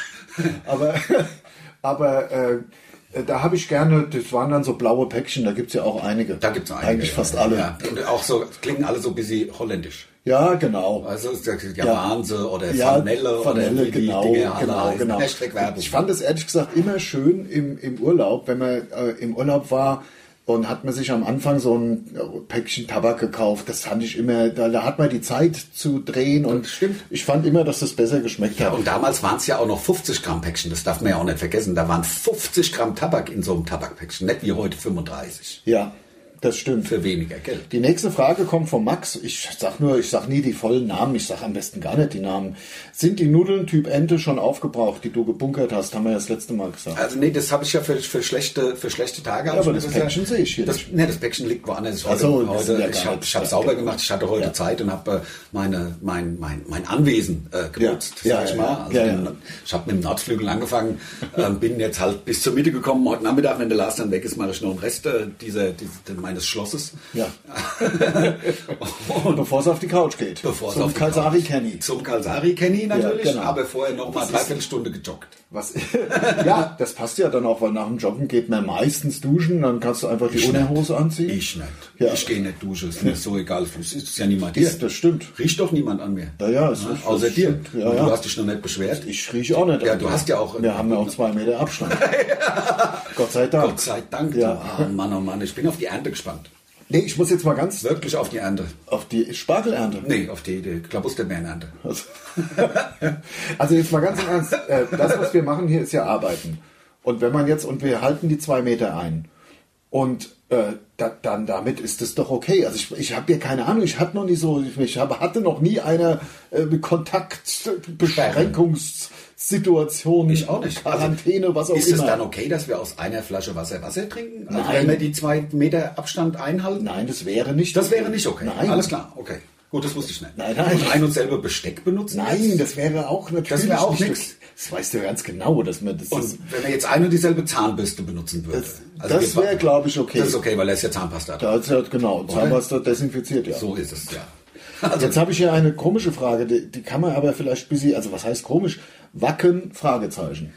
S1: Aber, aber äh, da habe ich gerne, das waren dann so blaue Päckchen, da gibt es ja auch einige.
S2: Da gibt's noch einige.
S1: Eigentlich fast alle.
S2: Ja.
S1: Ja,
S2: Und auch so, klingen alle so ein bisschen holländisch.
S1: genau.
S2: Also es ist ja Wahnsinn Äh, oder Vanille oder
S1: Vanille,
S2: wie
S1: genau,
S2: die Dinge alle
S1: genau,
S2: heißen.
S1: genau.
S2: Hashtag Werbung.
S1: Ich fand es ehrlich gesagt immer schön im, im Urlaub, wenn man äh, im Urlaub war und hat man sich am Anfang so ein äh, Päckchen Tabak gekauft. Das fand ich immer, da, da hat man die Zeit zu drehen und
S2: stimmt.
S1: ich fand immer, dass das besser geschmeckt hat.
S2: Und damals waren es ja auch noch 50 Gramm Päckchen, das darf man ja auch nicht vergessen. Da waren 50 Gramm Tabak in so einem Tabakpäckchen, nicht wie heute 35.
S1: Ja, das stimmt.
S2: Für weniger Geld.
S1: Die nächste Frage kommt von Max. Ich sag nur, ich sag nie die vollen Namen, ich sag am besten gar nicht die Namen. Sind die Nudeln Typ Ente schon aufgebraucht, die du gebunkert hast? Haben wir ja das letzte Mal gesagt.
S2: Also nee, das habe ich ja für, für, schlechte, für schlechte Tage. hab
S1: aber
S2: mir
S1: das Päckchen
S2: ja-
S1: sehe ich hier
S2: das,
S1: nicht.
S2: Nee, das Päckchen liegt woanders. Ich,
S1: Ach so, das sind
S2: heute,
S1: ja
S2: ich
S1: gar
S2: habe
S1: nicht.
S2: hab
S1: Ja,
S2: sauber
S1: genau.
S2: gemacht. Ich hatte heute
S1: Ja.
S2: Zeit und habe äh, meine, mein, mein, mein Anwesen äh, geputzt,
S1: Ja,
S2: sag ich
S1: ja,
S2: mal.
S1: ja.
S2: Also
S1: Ja,
S2: den-
S1: ja.
S2: Ich habe mit dem Nordflügel angefangen, ähm, bin jetzt halt bis zur Mitte gekommen. Heute Nachmittag, wenn der Lars dann weg ist, mache ich noch einen Rest äh, dieser, dieser, meines Schlosses.
S1: Ja. Und bevor es auf die Couch geht.
S2: Bevor es
S1: Zum
S2: auf die
S1: Kalsari
S2: Couch-
S1: Kenny.
S2: Zum Kalsari Kenny natürlich,
S1: genau.
S2: aber vorher noch mal dreiviertel Stunde gejoggt.
S1: Was? ja, das passt ja dann auch, weil nach dem Joggen geht man meistens duschen, dann kannst du einfach die Unterhose anziehen.
S2: Ich nicht.
S1: Ja.
S2: Ich gehe nicht duschen, ist mir so egal. Es ist ja niemand hier.
S1: Ist, das stimmt.
S2: Riecht doch niemand an mir.
S1: Ja, ja, es
S2: Na,
S1: ist-
S2: Außer
S1: das
S2: dir.
S1: stimmt. Ja,
S2: Und du
S1: ja.
S2: hast dich noch nicht beschwert.
S1: Ich rieche auch nicht.
S2: Ja, du hast ja auch-
S1: Wir haben ja auch zwei Meter Abstand. Gott sei Dank.
S2: Gott sei Dank.
S1: Ja.
S2: du. Oh Mann, oh Mann, ich bin auf die Ernte gespannt.
S1: Nee, ich muss jetzt mal ganz
S2: Wirklich auf die Ernte.
S1: auf die Spargelernte.
S2: Nee, auf die, die Klabusterbeerenernte.
S1: Also, also jetzt mal ganz im Ernst, äh, das, was wir machen hier, ist ja arbeiten. Und wenn man jetzt, und wir halten die zwei Meter ein. Und äh, da, dann damit ist es doch okay. Also ich, ich habe ja keine Ahnung, ich hatte noch nie so, ich, ich hab, hatte noch nie eine äh, Kontaktbeschränkungssituation.
S2: Ich auch nicht. Also,
S1: Quarantäne, was auch
S2: ist
S1: immer.
S2: es dann okay, dass wir aus einer Flasche Wasser Wasser trinken? Also
S1: Nein.
S2: wenn wir die zwei Meter Abstand einhalten?
S1: Nein, das wäre nicht.
S2: Das wäre nicht okay.
S1: Nein,
S2: Alles klar, okay. Gut, das wusste ich nicht.
S1: Nein, nein.
S2: Und ein und selber Besteck benutzen?
S1: Nein, das wäre auch natürlich
S2: Das wäre auch
S1: nicht
S2: nix.
S1: okay. Das weißt du ganz genau, dass man das. ist,
S2: Und wenn er jetzt eine und dieselbe Zahnbürste benutzen würde. also
S1: Das- das wäre, glaub ich, okay.
S2: Das ist okay, weil er ist ja Zahnpasta. hat.
S1: da ist ja genau, und zwar was da desinfiziert, ja.
S2: So ist es, ja.
S1: Also
S2: Also,
S1: Jetzt habe ich hier eine komische Frage, die, die kann man aber vielleicht ein bisschen, also was heißt komisch? Wacken, Fragezeichen.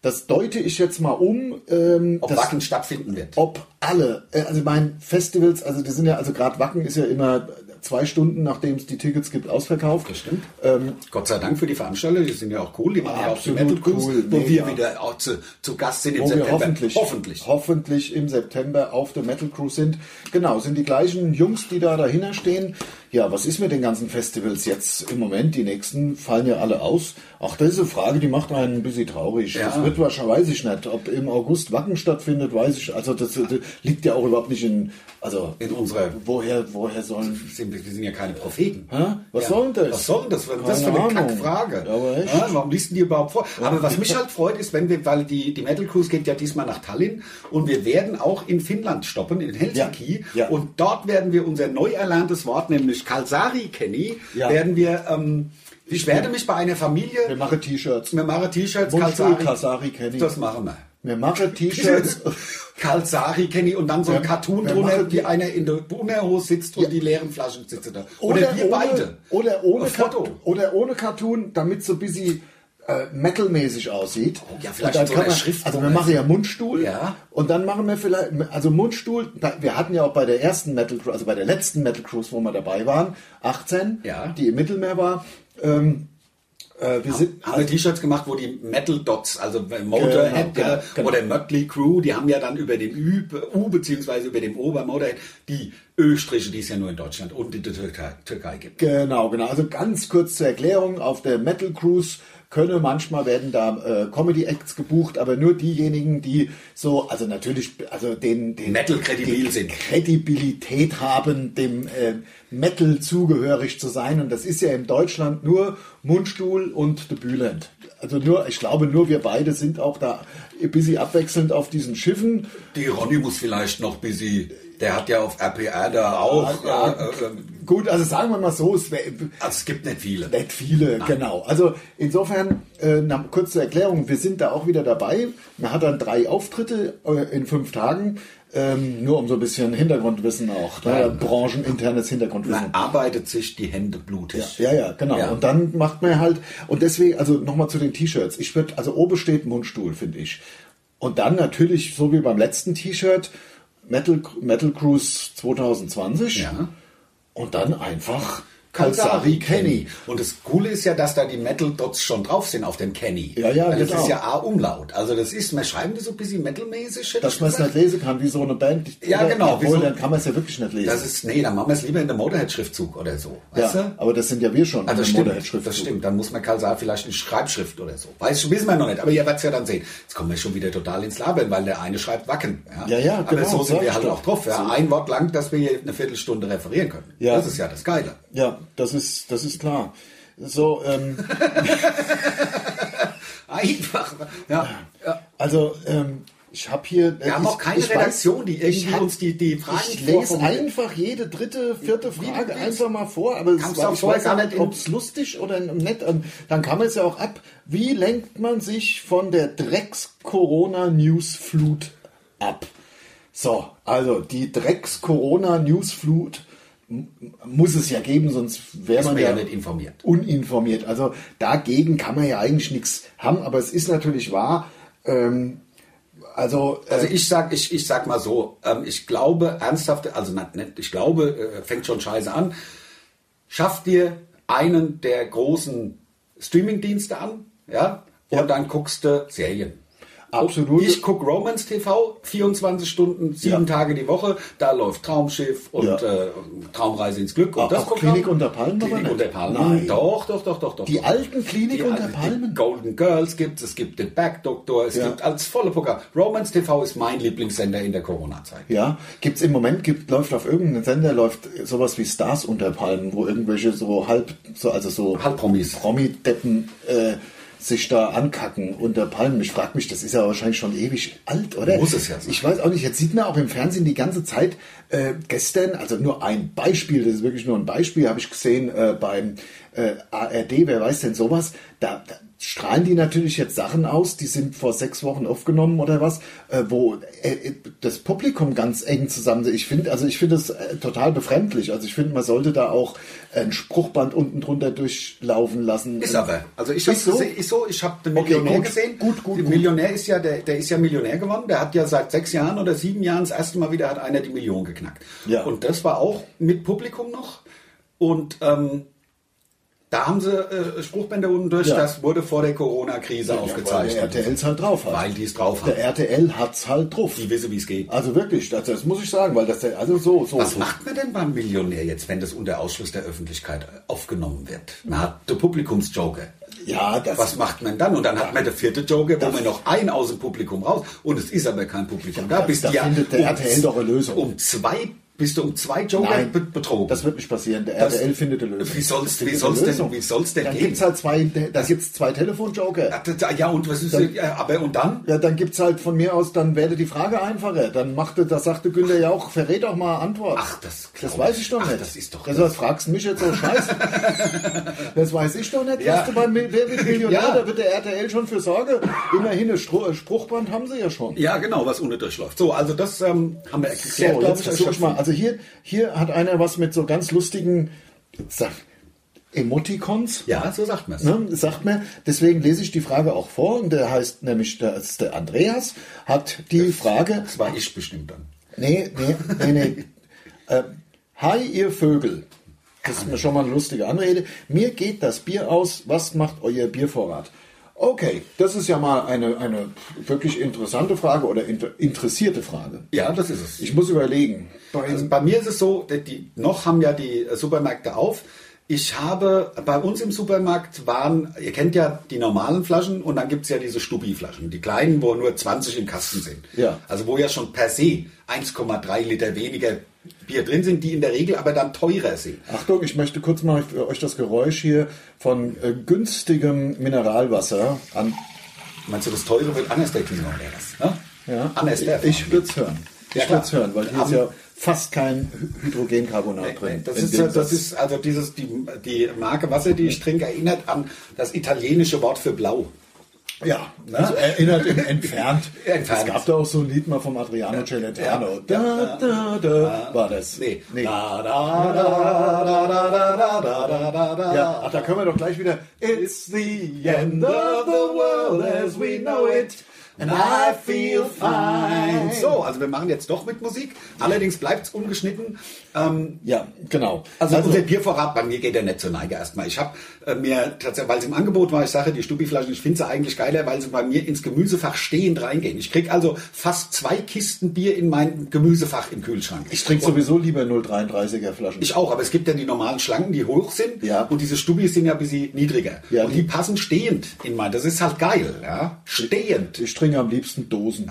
S1: Das deute ich jetzt mal um. Ähm,
S2: Ob
S1: das,
S2: Wacken stattfinden wird.
S1: Ob alle, äh, also mein Festivals, also die sind ja, also gerade Wacken ist ja immer zwei Stunden, nachdem es die Tickets gibt, ausverkauft. Äh,
S2: Das stimmt. Gott sei Dank für die Veranstalter, die sind ja auch cool, die machen ja auch die
S1: Absolut
S2: Metal Cruise,
S1: cool,
S2: wo wir
S1: mega.
S2: wieder auch zu, zu Gast sind im
S1: Wo wir
S2: September.
S1: hoffentlich,
S2: Hoffentlich.
S1: hoffentlich im September auf der Metal Cruise sind. Genau, sind die gleichen Jungs, die da dahinter stehen. Ja, was ist mit den ganzen Festivals jetzt im Moment? Die nächsten fallen ja alle aus. Ach, das ist eine Frage, die macht einen ein bisschen traurig.
S2: Ja.
S1: Das wird wahrscheinlich, weiß ich nicht. Ob im August Wacken stattfindet, weiß ich. Also das, das liegt ja auch überhaupt nicht in, also
S2: In unserer
S1: woher, woher sollen...
S2: Wir sind, wir sind ja keine Propheten.
S1: Hä? Was soll denn das?
S2: Was soll denn das? Was ist das für
S1: Keine
S2: eine
S1: Ahnung.
S2: Kackfrage?
S1: Ja, aber echt.
S2: Hä? Warum liest denn die überhaupt vor? Aber was mich halt freut, ist, wenn wir, weil die, die Metal Cruise geht ja diesmal nach Tallinn und wir werden auch in Finnland stoppen, in Helsinki.
S1: Ja, ja.
S2: Und dort werden wir unser neu erlerntes Wort, nämlich Kalsari Kenny,
S1: Ja.
S2: werden wir, ähm, ich werde mich bei einer
S1: Wir
S2: Familie,
S1: machen T-Shirts.
S2: wir machen T-Shirts,
S1: Mundstuhl
S2: Kalsari.
S1: Kasari Kenny.
S2: Das machen wir.
S1: Wir machen T-Shirts.
S2: Kalsari Kenny und dann so ein
S1: Wer-
S2: Cartoon
S1: wer
S2: drunter,
S1: macht-
S2: wie einer in der Unterhose sitzt und die leeren Flaschen sitzen da. Oder, wir
S1: ohne,
S2: beide.
S1: Oder ohne,
S2: Ein Foto.
S1: Kat- oder ohne Cartoon, damit so ein bisschen äh, metalmäßig aussieht.
S2: Oh, ja, vielleicht
S1: Und dann
S2: so
S1: kann
S2: eine
S1: man-
S2: Schrift-
S1: Also wir machen ja Mundstuhl.
S2: Ja.
S1: Und dann machen wir vielleicht, also Mundstuhl, da- wir hatten ja auch bei der ersten Metal Cruise, also bei der letzten Metal Cruise, wo wir dabei waren, 18,
S2: Ja.
S1: die im Mittelmeer war, ähm, Äh, wir sind
S2: Haben wir T-Shirts gemacht, wo die Metal Dots, also Motorhead
S1: Genau,
S2: ja,
S1: genau, genau.
S2: oder Mötley Crew, die haben ja dann über dem Ü, U beziehungsweise über dem Ober Motorhead die Ö-Striche, die es ja nur in Deutschland und in der Türkei, Türkei gibt.
S1: Genau, genau. Also ganz kurz zur Erklärung. Auf der Metal Cruise könne manchmal werden da äh, Comedy Acts gebucht, aber nur diejenigen, die so, also natürlich, also den, den
S2: Metal kredibil
S1: die
S2: sind.
S1: Kredibilität haben, dem äh, Metal zugehörig zu sein. Und das ist ja in Deutschland nur Mundstuhl und The Bülent. Also nur, ich glaube, nur wir beide sind auch da ein bisschen abwechselnd auf diesen Schiffen.
S2: Die Ronny muss vielleicht noch bis sie, der hat ja auf RPR da auch,
S1: Ja,
S2: äh, äh,
S1: Gut, also sagen wir mal so, es wär,
S2: also es gibt nicht viele.
S1: Nicht viele, genau. Also insofern, äh, na, kurz zur Erklärung, wir sind da auch wieder dabei. Man hat dann drei Auftritte äh, in fünf Tagen, ähm, nur um so ein bisschen Hintergrundwissen auch, ne? brancheninternes Hintergrundwissen.
S2: Man arbeitet sich die Hände blutig.
S1: Ja, ja, genau.
S2: Ja.
S1: Und dann macht man halt, und deswegen, also nochmal zu den T-Shirts. Ich würde, also oben steht Mundstuhl, finde ich. Und dann natürlich, so wie beim letzten T-Shirt, Metal, Metal Cruise 2020.
S2: Ja.
S1: Und dann einfach
S2: Kalsari
S1: Kalsari
S2: Kenny.
S1: Kenny.
S2: Und das Coole ist ja, dass da die Metal Dots schon drauf sind auf dem Kenny.
S1: Ja, ja,
S2: Weil Das
S1: genau.
S2: ist ja A-Umlaut. Also das ist, wir schreiben das so ein bisschen metalmäßig. hätte
S1: dass
S2: ich
S1: man es
S2: gesagt.
S1: nicht lesen kann, wie so eine Band.
S2: Ja, genau, wie
S1: Obwohl,
S2: so-
S1: dann kann man es ja wirklich nicht lesen.
S2: Das ist, nee, dann machen wir es lieber in der Motorhead-Schriftzug oder so. Weißt
S1: ja,
S2: du?
S1: aber das sind ja wir schon.
S2: Ah, das
S1: in der
S2: stimmt,
S1: Moderhead-Schriftzug.
S2: das stimmt. Dann muss man Karl Saar vielleicht eine Schreibschrift oder so. Weiß wissen wir noch nicht, aber ihr werdet es ja dann sehen. Jetzt kommen wir schon wieder total ins Labern, weil der eine schreibt Wacken.
S1: Ja, ja,
S2: aber
S1: genau,
S2: so sind
S1: sag
S2: wir
S1: ich
S2: halt
S1: doch.
S2: auch drauf. Ja. Ein Wort lang, dass wir hier eine Viertelstunde referieren können.
S1: Ja.
S2: Das ist ja das Geile.
S1: Ja, das ist, das ist klar. So, ähm,
S2: Einfach. Ja. ja.
S1: also ähm, ich habe hier.
S2: Wir haben auch keine
S1: ich
S2: Redaktion, die irgendwie
S1: ich hab-
S2: uns die- die Fragen
S1: Ich lese
S2: vorformuliert.
S1: einfach jede dritte, vierte Frage
S2: willst.
S1: einfach mal vor, aber es
S2: Kannst
S1: war-
S2: du auch
S1: ich weiß
S2: vorher gar
S1: nicht,
S2: nicht in-
S1: ob es lustig oder nett. ähm, Dann kann man es ja auch ab. Wie lenkt man sich von der Drecks-Corona-Newsflut ab? So, also die Drecks-Corona-Newsflut m- muss es ja geben, sonst wäre
S2: Ist
S1: man
S2: man ja
S1: ja
S2: nicht informiert.
S1: uninformiert. Also dagegen kann man ja eigentlich nichts haben, aber es ist natürlich wahr. Ähm, also, äh,
S2: Also ich sag, ich, ich sag mal so, ähm, ich glaube ernsthaft, also na- nicht, ich glaube, äh, fängt schon scheiße an. Schaff dir einen der großen Streamingdienste an, ja, und
S1: Ja.
S2: dann guckst du Serien.
S1: Absolut.
S2: Ich guck Romance TV 24 Stunden, sieben
S1: Ja.
S2: Tage die Woche. Da läuft Traumschiff und
S1: Ja.
S2: äh, Traumreise ins Glück. Und
S1: Auch- auch
S2: guckt
S1: Klinik
S2: man.
S1: unter Palmen aber
S2: Klinik
S1: nicht.
S2: unter Palmen.
S1: Nein.
S2: Doch, doch, doch, doch, doch.
S1: Die
S2: doch.
S1: alten Klinik
S2: Die
S1: unter
S2: alten- die
S1: Palmen?
S2: Golden Girls gibt es, gibt den Backdoktor, es
S1: Ja.
S2: gibt als volle Programm. Romance TV ist mein Lieblingssender in der Corona-Zeit.
S1: Ja, gibt's im Moment gibt läuft auf irgendeinem Sender läuft sowas wie Stars unter Palmen, wo irgendwelche so halb so also so
S2: Halbpromis.
S1: Promi-Deppen äh, sich da ankacken unter Palmen. Ich frage mich, das ist ja wahrscheinlich schon ewig alt, oder?
S2: Muss es ja sein.
S1: Ich weiß auch nicht. Jetzt sieht man auch im Fernsehen die ganze Zeit äh, gestern, also nur ein Beispiel, das ist wirklich nur ein Beispiel, habe ich gesehen äh, beim äh, ARD, wer weiß denn sowas, da, da strahlen die natürlich jetzt Sachen aus, die sind vor sechs Wochen aufgenommen oder was, äh, wo äh, äh, das Publikum ganz eng zusammen Ich finde, also ich finde es äh, total befremdlich. Also ich finde, man sollte da auch ein Spruchband unten drunter durchlaufen lassen.
S2: Ist aber. Also ich habe
S1: Ist so?
S2: so? ich so, ich hab den
S1: Okay,
S2: Millionär
S1: gut,
S2: gesehen.
S1: gut, gut,
S2: Der
S1: gut.
S2: Millionär ist ja, der, der ist ja Millionär geworden. Der hat ja seit sechs Jahren oder sieben Jahren das erste Mal wieder hat einer die Million geknackt.
S1: Ja.
S2: Und das war auch mit Publikum noch. Und ähm, da haben sie äh, Spruchbänder unten durch.
S1: Ja.
S2: Das wurde vor der Corona-Krise
S1: aufgezeichnet. Ja, weil
S2: aufgezeichnet.
S1: der RTL es halt drauf hat.
S2: Weil die es drauf
S1: Der
S2: haben.
S1: RTL hat es halt drauf.
S2: Die wissen, wie es geht.
S1: Also wirklich, das, das muss ich sagen, weil das der, also so, so.
S2: Was
S1: so.
S2: macht man denn beim Millionär jetzt, wenn das unter Ausschluss der Öffentlichkeit aufgenommen wird? Man hat den Publikumsjoker.
S1: Ja, das
S2: Was macht man dann? Und dann hat man der vierte Joker, wo
S1: Das-
S2: man noch einen aus dem Publikum raus und es ist aber kein Publikum da.
S1: da-
S2: Bist
S1: da
S2: du ja
S1: findet der RTL doch eine Lösung.
S2: Um zwei, bist du um zwei Joker
S1: Nein,
S2: be- betrogen.
S1: Das wird nicht passieren. Der
S2: Das-
S1: RTL findet eine Lösung.
S2: Wie soll's-
S1: Findet
S2: wie
S1: eine
S2: soll's denn-
S1: Lösung.
S2: wie soll's denn
S1: Dann
S2: gehen?
S1: gibt's halt zwei, da gibt's zwei Telefonjoker.
S2: ja, und was ist ja, aber und dann?
S1: Ja, dann gibt's halt von mir aus, dann werde die Frage einfacher. Dann machte, das sagte Günther ja auch, verrät doch mal Antwort.
S2: Ach, das glaub
S1: das weiß ich doch
S2: Ach,
S1: nicht.
S2: das ist doch.
S1: Das, was fragst du mich jetzt so scheiße? das weiß ich doch nicht.
S2: Ja.
S1: Weißt du, beim Mil- Wer wird Millionär,
S2: Ja.
S1: da wird der RTL schon für Sorge. Immerhin, ein Stro äh, Spruchband haben sie ja schon.
S2: ja, genau, was ohne durchläuft. So, also das ähm, haben wir erklärt,
S1: So,
S2: glaub
S1: jetzt versuche ich
S2: erschöpfend.
S1: mal. Also hier, hier hat einer was mit so ganz lustigen sag, Emoticons.
S2: Ja, so sagt man es.
S1: Ne, sagt mir, deswegen lese ich die Frage auch vor und der heißt nämlich, der, ist der Andreas hat die Frage,
S2: Das war ich bestimmt dann.
S1: nee, nee, nee, nee, äh, hi ihr Ähm, Vögel, Das ist mir schon mal eine lustige Anrede. Mir geht das Bier aus. Was macht euer Biervorrat? Okay, das ist ja mal eine, eine wirklich interessante Frage oder inter, interessierte Frage.
S2: Ja, das ist es.
S1: Ich muss überlegen.
S2: Also bei mir ist es so, die, die, noch haben ja die äh, Supermärkte auf. Ich habe, bei uns im Supermarkt waren, ihr kennt ja die normalen Flaschen und dann gibt es ja diese Stubbi-Flaschen, die kleinen, wo nur 20 im Kasten sind.
S1: Ja.
S2: Also wo ja schon per se 1,3 Liter weniger Bier drin sind, die in der Regel aber dann teurer sind.
S1: Achtung, ich möchte kurz mal für euch das Geräusch hier von äh, günstigem Mineralwasser an.
S2: Meinst du, das teure wird anders der Klima oder was? Ne?
S1: Ja,
S2: Anders der.
S1: ich würde es hören.
S2: Ja,
S1: Ich
S2: klar.
S1: würde es hören, weil hier ist
S2: Aber-
S1: ja fast kein Hy- Hydrogencarbonat drin.
S2: Das
S1: in
S2: ist,
S1: dem
S2: ja- das
S1: Satz.
S2: ist also dieses, die, die Marke Wasser, die ich trinke, erinnert an das italienische Wort für blau.
S1: Ja, also erinnert im entfernt.
S2: Entfernt.
S1: Es gab da auch so ein Lied mal vom Adriano Celentano. Da, da, da, war das.
S2: Nee.
S1: nee.
S2: Da, da, da, da, da, da, da, da, da, da.
S1: Ja, ach, da können wir doch gleich wieder. It's the end of the world as we know it. And I feel fine.
S2: So, also wir machen jetzt doch mit Musik. Allerdings bleibt es ungeschnitten. Ähm,
S1: Ja, genau.
S2: also, unser Biervorrat, bei mir geht der nicht zur Neige erstmal. Ich habe äh, mir tatsächlich, weil es im Angebot war, ich sage, die Stubiflaschen, ich finde sie eigentlich geiler, weil sie bei mir ins Gemüsefach stehend reingehen. Ich krieg also fast zwei Kisten Bier in mein Gemüsefach im Kühlschrank.
S1: ich trinke sowieso lieber 0,33er Flaschen.
S2: Ich auch, aber es gibt ja die normalen Schlangen, die hoch sind.
S1: Ja.
S2: Und diese Stubis sind ja ein bisschen niedriger.
S1: Ja.
S2: Und die passen stehend in mein. Das ist halt geil, ja. Stehend.
S1: ich trinke am liebsten Dosen.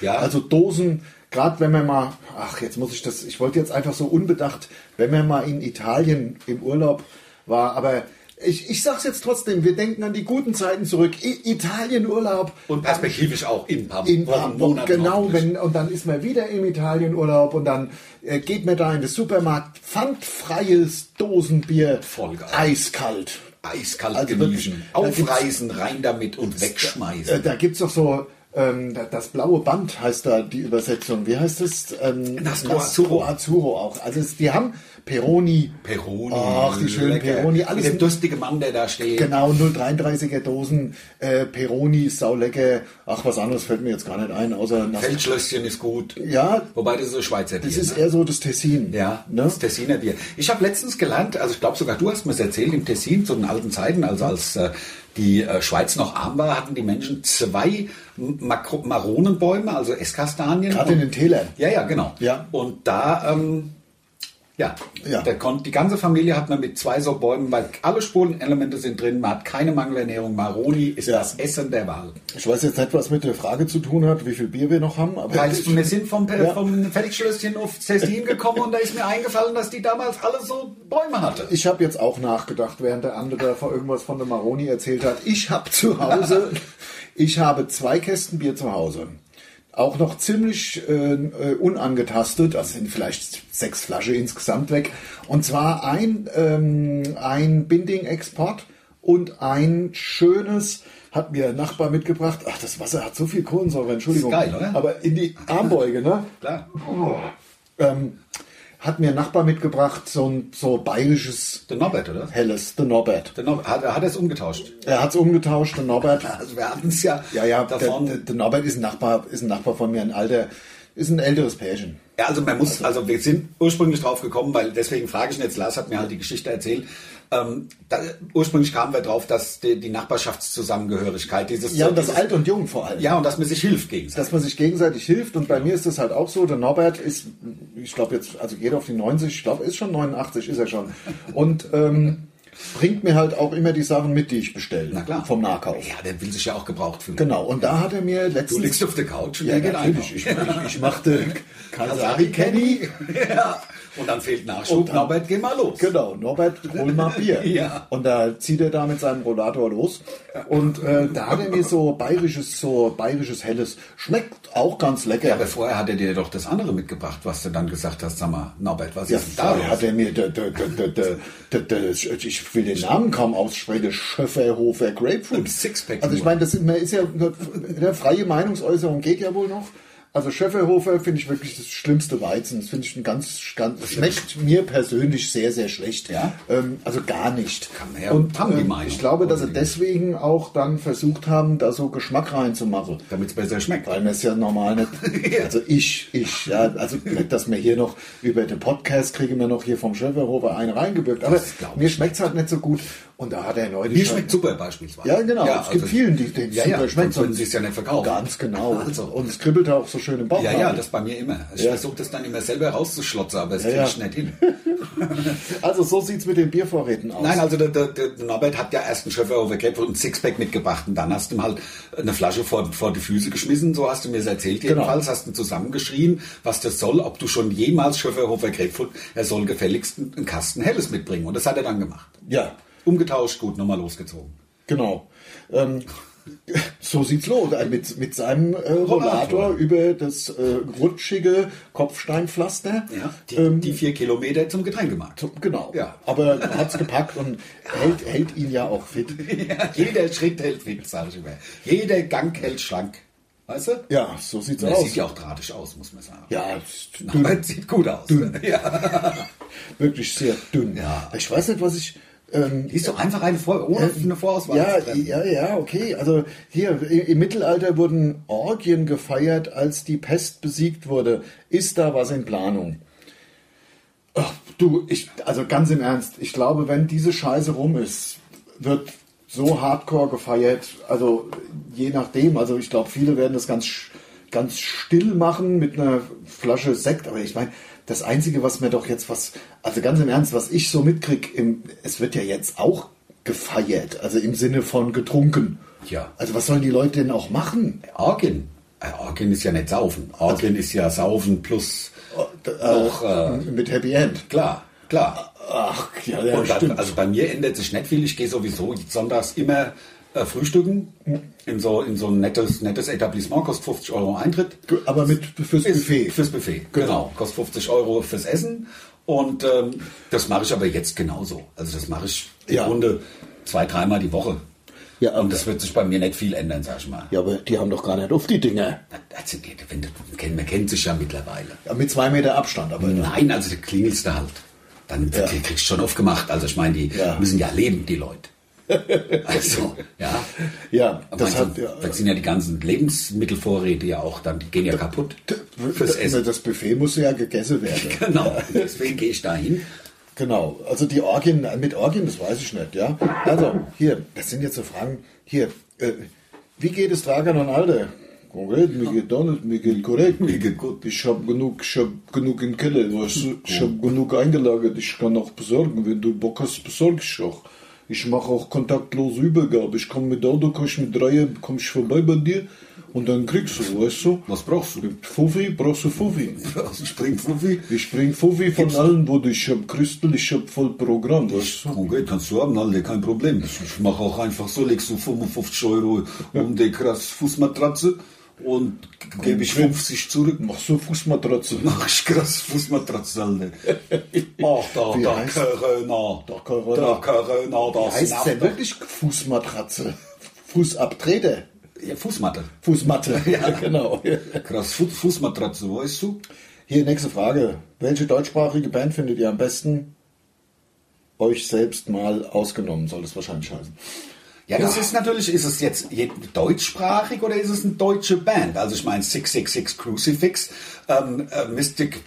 S2: Ja.
S1: Also Dosen, gerade wenn man mal, ach jetzt muss ich das, ich wollte jetzt einfach so unbedacht, wenn man mal in Italien im Urlaub war, aber ich, ich sag's jetzt trotzdem, wir denken an die guten Zeiten zurück. I Italien Urlaub
S2: und perspektivisch auch in ein paar
S1: in
S2: Wochen,
S1: Wochen,
S2: Monaten.
S1: genau,
S2: hoffentlich.
S1: wenn, und dann ist man wieder im Italien Urlaub und dann äh, geht man da in den Supermarkt, pfandfreies Dosenbier,
S2: Voll geil.
S1: eiskalt.
S2: Eiskalt
S1: Also
S2: genießen.
S1: wirklich, da
S2: Aufreißen, rein damit und
S1: Äh,
S2: wegschmeißen.
S1: da gibt's doch so, ähm, da- das blaue Band heißt da die Übersetzung. Wie heißt es? Ähm,
S2: Nastro Azzurro.
S1: Nastro Azzurro auch. Also es, die haben Peroni.
S2: Peroni.
S1: Ach, die schönen
S2: lecker.
S1: Peroni. Alles
S2: Mit dem durstige Mann, der da steht.
S1: Genau, 0,33er Dosen, äh, Peroni, saulecker. Ach, was anderes fällt mir jetzt gar nicht ein, außer Nastro.
S2: Feldschlösschen ist gut.
S1: Ja,
S2: Wobei das ist so Schweizer Bier.
S1: das ist
S2: ne?
S1: eher so das Tessin.
S2: Ja,
S1: ne?
S2: das Tessiner Bier. Ich habe letztens gelernt, also ich glaube sogar du hast mir es erzählt, im Tessin zu den alten Zeiten, also als äh, die äh, Schweiz noch arm war, hatten die Menschen zwei Makro Maronenbäume, also Esskastanien.
S1: Gerade in den Tälern.
S2: Ja, ja, genau.
S1: Ja.
S2: Und da, ähm, ja,
S1: Ja.
S2: Da konnt, die ganze Familie hat man mit zwei so Bäumen, weil alle Spurenelemente sind drin, man hat keine Mangelernährung. Maroni ist
S1: Ja.
S2: das Essen der Wahl.
S1: Ich weiß jetzt nicht, was mit der Frage zu tun hat, wie viel Bier wir noch haben, aber
S2: Weil wir sind vom, Pe-
S1: Ja.
S2: vom Feldschlösschen auf Tessin gekommen und da ist mir eingefallen, dass die damals alle so Bäume hatte.
S1: Ich habe jetzt auch nachgedacht, während der andere da vor irgendwas von der Maroni erzählt hat. Ich habe zu Hause, ich habe zwei Kästen Bier zu Hause. Auch noch ziemlich äh, äh, unangetastet, das sind vielleicht sechs Flaschen insgesamt weg. Und zwar ein, ähm, ein Binding-Export und ein schönes, hat mir ein Nachbar mitgebracht. Ach, das Wasser hat so viel Kohlensäure, Entschuldigung.
S2: Ist geil, oder?
S1: Aber in die Armbeuge, ne?
S2: Klar.
S1: Ähm, hat mir ein Nachbar mitgebracht, so ein so bayerisches
S2: Der Norbert, oder?
S1: Helles, der Norbert.
S2: Der Norbert, hat, hat er es umgetauscht?
S1: Er hat's umgetauscht, der Norbert.
S2: Also wir hatten es ja,
S1: Ja, ja, der,
S2: davon.
S1: der, der Norbert ist ein Nachbar, ist ein Nachbar von mir, ein alter, ist ein älteres Pärchen.
S2: ja, also man muss, also wir sind ursprünglich drauf gekommen, weil deswegen frage ich ihn jetzt, Lars hat mir halt die Geschichte erzählt. Ähm, da, ursprünglich kamen wir drauf, dass die, die Nachbarschaftszusammengehörigkeit dieses
S1: Ja, und das
S2: dieses,
S1: alt und jung vor allem.
S2: ja, und dass man sich hilft gegenseitig.
S1: Dass man sich gegenseitig hilft und bei mir ist das halt auch so. Der Norbert ist, ich glaube jetzt, also geht auf die 90, ich glaube, ist schon 89, ist er schon. Und ähm, bringt mir halt auch immer die Sachen mit, die ich bestelle.
S2: Na klar.
S1: Vom Nahkauf.
S2: Ja, der will sich ja auch gebraucht fühlen.
S1: Genau. Und da hat er mir
S2: Du
S1: letztens.
S2: liegst auf der Couch und
S1: ja,
S2: der geht
S1: natürlich. Ich,
S2: einkaufen.
S1: ich, ich machte Kasari Kenny.
S2: ja. Und dann fehlt Nachschub.
S1: Und dann-
S2: Norbert, geh mal los.
S1: Genau, Norbert, hol mal Bier.
S2: Ja.
S1: Und da zieht er da mit seinem Rollator los. Und äh, da hat er mir so bayerisches, so bayerisches Helles. Schmeckt auch ganz lecker.
S2: Ja, aber vorher hat er dir doch das andere mitgebracht, was du dann gesagt hast. Sag mal, Norbert, was
S1: Ja,
S2: ist denn Also
S1: da
S2: da los?
S1: hat er mir, der, der, der, der, der, der, der, ich will den Namen kaum aussprechen, der Schöfferhofer Grapefruit.
S2: Im Sixpack
S1: Also ich
S2: nur.
S1: meine, das ist, man ist ja, der freie Meinungsäußerung ne, geht ja wohl noch. Also Schöffelhofer finde ich wirklich das schlimmste Weizen. Das finde ich ein ganz, ganz das schmeckt mir persönlich sehr, sehr schlecht.
S2: Ja?
S1: Ähm, also gar nicht. ähm,
S2: Kann her- haben die Meinung.
S1: ich glaube, dass sie deswegen auch dann versucht haben, da so Geschmack reinzumachen.
S2: Damit es besser schmeckt.
S1: Weil mir es ja normal nicht. Also ich, ich, ja, also dass mir hier noch über den Podcast kriege mir noch hier vom Schöffelhofer einen reingebürgt. Aber
S2: Das glaub ich
S1: mir schmeckt es halt nicht so gut. Und da hat er neulich.
S2: Mir
S1: schon-
S2: schmeckt super beispielsweise.
S1: Ja, genau. es gibt
S2: also-
S1: vielen, die den
S2: ja,
S1: super
S2: ja,
S1: schmeckt.
S2: Sonst würden sie es ja nicht verkaufen.
S1: Ganz genau.
S2: Also.
S1: Und es kribbelt auch so schön im Bauch.
S2: Ja, ja, das bei mir immer. Ich
S1: Ja.
S2: versuche das dann immer selber rauszuschlotzen, aber es
S1: Ja,
S2: kriege ich
S1: ja.
S2: nicht hin.
S1: Also so sieht es mit den Biervorräten aus.
S2: Nein, also der, der, der Norbert hat ja erst einen Schöfferhofer gehabt und ein Sixpack mitgebracht und dann hast du ihm halt eine Flasche vor, vor die Füße geschmissen, so hast du mir es erzählt
S1: Genau.
S2: jedenfalls, hast ihn zusammengeschrien, was das soll, ob du schon jemals Schöfferhofer Grapefruit, er soll gefälligst einen einen Kasten Helles mitbringen und das hat er dann gemacht.
S1: Ja,
S2: Umgetauscht, gut, nochmal losgezogen.
S1: genau. Ähm, so sieht's los. Äh, Mit, mit seinem äh,
S2: Rollator.
S1: Rollator über das äh, rutschige Kopfsteinpflaster.
S2: Ja, die,
S1: ähm,
S2: die vier Kilometer zum Getränkemarkt.
S1: so- genau.
S2: Ja.
S1: Aber hat's gepackt und hält, hält ihn ja auch fit.
S2: Ja, jeder Schritt hält Wind, sag ich immer. Jeder Gang hält schlank. Weißt du?
S1: Ja, so sieht's
S2: Das
S1: aus.
S2: sieht ja auch drahtig aus, muss man sagen.
S1: ja, du,
S2: Aber es sieht gut aus. Ja.
S1: wirklich sehr dünn.
S2: Ja.
S1: Ich weiß nicht, was ich. Ähm, äh,
S2: Lies doch einfach eine, Vor ohne eine Vorauswahl.
S1: ja,
S2: zu treffen.
S1: ja, ja, okay. Also hier i- im Mittelalter wurden Orgien gefeiert, als die Pest besiegt wurde. Ist da was in Planung? Ach, du, ich, also ganz im Ernst, ich glaube, wenn diese Scheiße rum ist, wird so hardcore gefeiert. Also je nachdem. Also ich glaube, viele werden das ganz, sch- ganz still machen mit einer Flasche Sekt. Aber ich meine, das Einzige, was mir doch jetzt was, also ganz im Ernst, was ich so mitkrieg, im, es wird ja jetzt auch gefeiert. Also im Sinne von getrunken.
S2: Ja.
S1: Also was sollen die Leute denn auch machen?
S2: Orgien. Äh, Orgien ist ja nicht Saufen. Orgien ist ja Saufen plus noch. Äh,
S1: Mit Happy End.
S2: klar, klar.
S1: Ach, ja, ja
S2: Und dann,
S1: stimmt.
S2: also bei mir ändert sich nicht viel. Ich gehe sowieso sonntags immer äh, frühstücken in so, in so ein nettes, nettes Etablissement, kostet 50 Euro Eintritt.
S1: Aber mit fürs
S2: Ist
S1: Buffet.
S2: Fürs Buffet, genau. Kostet 50 Euro fürs Essen. Und ähm, das mache ich aber jetzt genauso. Also das mache ich im
S1: Ja.
S2: Grunde zwei, dreimal die Woche.
S1: Ja, aber-
S2: und das wird sich bei mir nicht viel ändern, sag ich mal.
S1: Ja, aber die haben doch gar nicht auf die Dinger.
S2: Also, wenn, du- kennt- man kennt sich ja mittlerweile.
S1: Ja, mit zwei Meter Abstand, aber
S2: Nein, also du klingelst da halt. Dann
S1: Ja.
S2: die kriegst du schon aufgemacht. Also ich meine, die
S1: Ja.
S2: müssen ja leben, die Leute. Also, ja.
S1: Ja,
S2: Aber
S1: das
S2: das
S1: hat
S2: du,
S1: ja.
S2: dann sind ja die ganzen Lebensmittelvorräte ja auch, dann die gehen ja kaputt fürs
S1: das,
S2: Essen.
S1: das Buffet muss ja gegessen werden.
S2: Genau, deswegen gehe ich da hin.
S1: genau. Also die Orgien, mit Orgien, das weiß ich nicht, ja. Also, hier, das sind jetzt so Fragen. Hier, äh, wie geht es Dragan und Alde? Korrekt, mir geht doch nicht, mir geht korrekt.
S2: Mir geht gut.
S1: Ich habe genug, ich hab genug in Keller, weißt du? Ich habe genug eingelagert, ich kann auch besorgen. Wenn du Bock hast, besorge ich auch. Ich mache auch kontaktlose Übergabe. Ich komme mit Auto, komm ich mit Dreier, komm ich vorbei bei dir und dann kriegst du, weißt du?
S2: Was brauchst du?
S1: Fuffi, brauchst du Fuffi?
S2: Aus dem Springfuffi?
S1: Ich bring Fuffi von allen, wo du ich hab Kristall, ich hab voll Programm, weißt du?
S2: Okay, kannst du haben, alle, kein Problem. Ich mache auch einfach so, legst du 55 Euro um die krass Fußmatratze und gebe ich 50 zurück.
S1: Mach so Fußmatratze.
S2: Mach ich krass Fußmatratze, Alter. Ach, da,
S1: Wie
S2: da,
S1: heißt-
S2: Corona.
S1: Da Corona.
S2: Da Corona, da
S1: Heißt denn
S2: Snap.
S1: wirklich Fußmatratze? Fußabtrete?
S2: Ja, Fußmatte.
S1: Fußmatte, ja, genau.
S2: Krass Fu Fußmatratze, weißt du?
S1: Hier, nächste Frage. Welche deutschsprachige Band findet ihr am besten? Euch selbst mal ausgenommen, soll das wahrscheinlich heißen.
S2: Ja, das ist natürlich, ist es jetzt je- deutschsprachig oder ist es eine deutsche Band? Also ich meine 666 Crucifix, ähm, äh, Mystic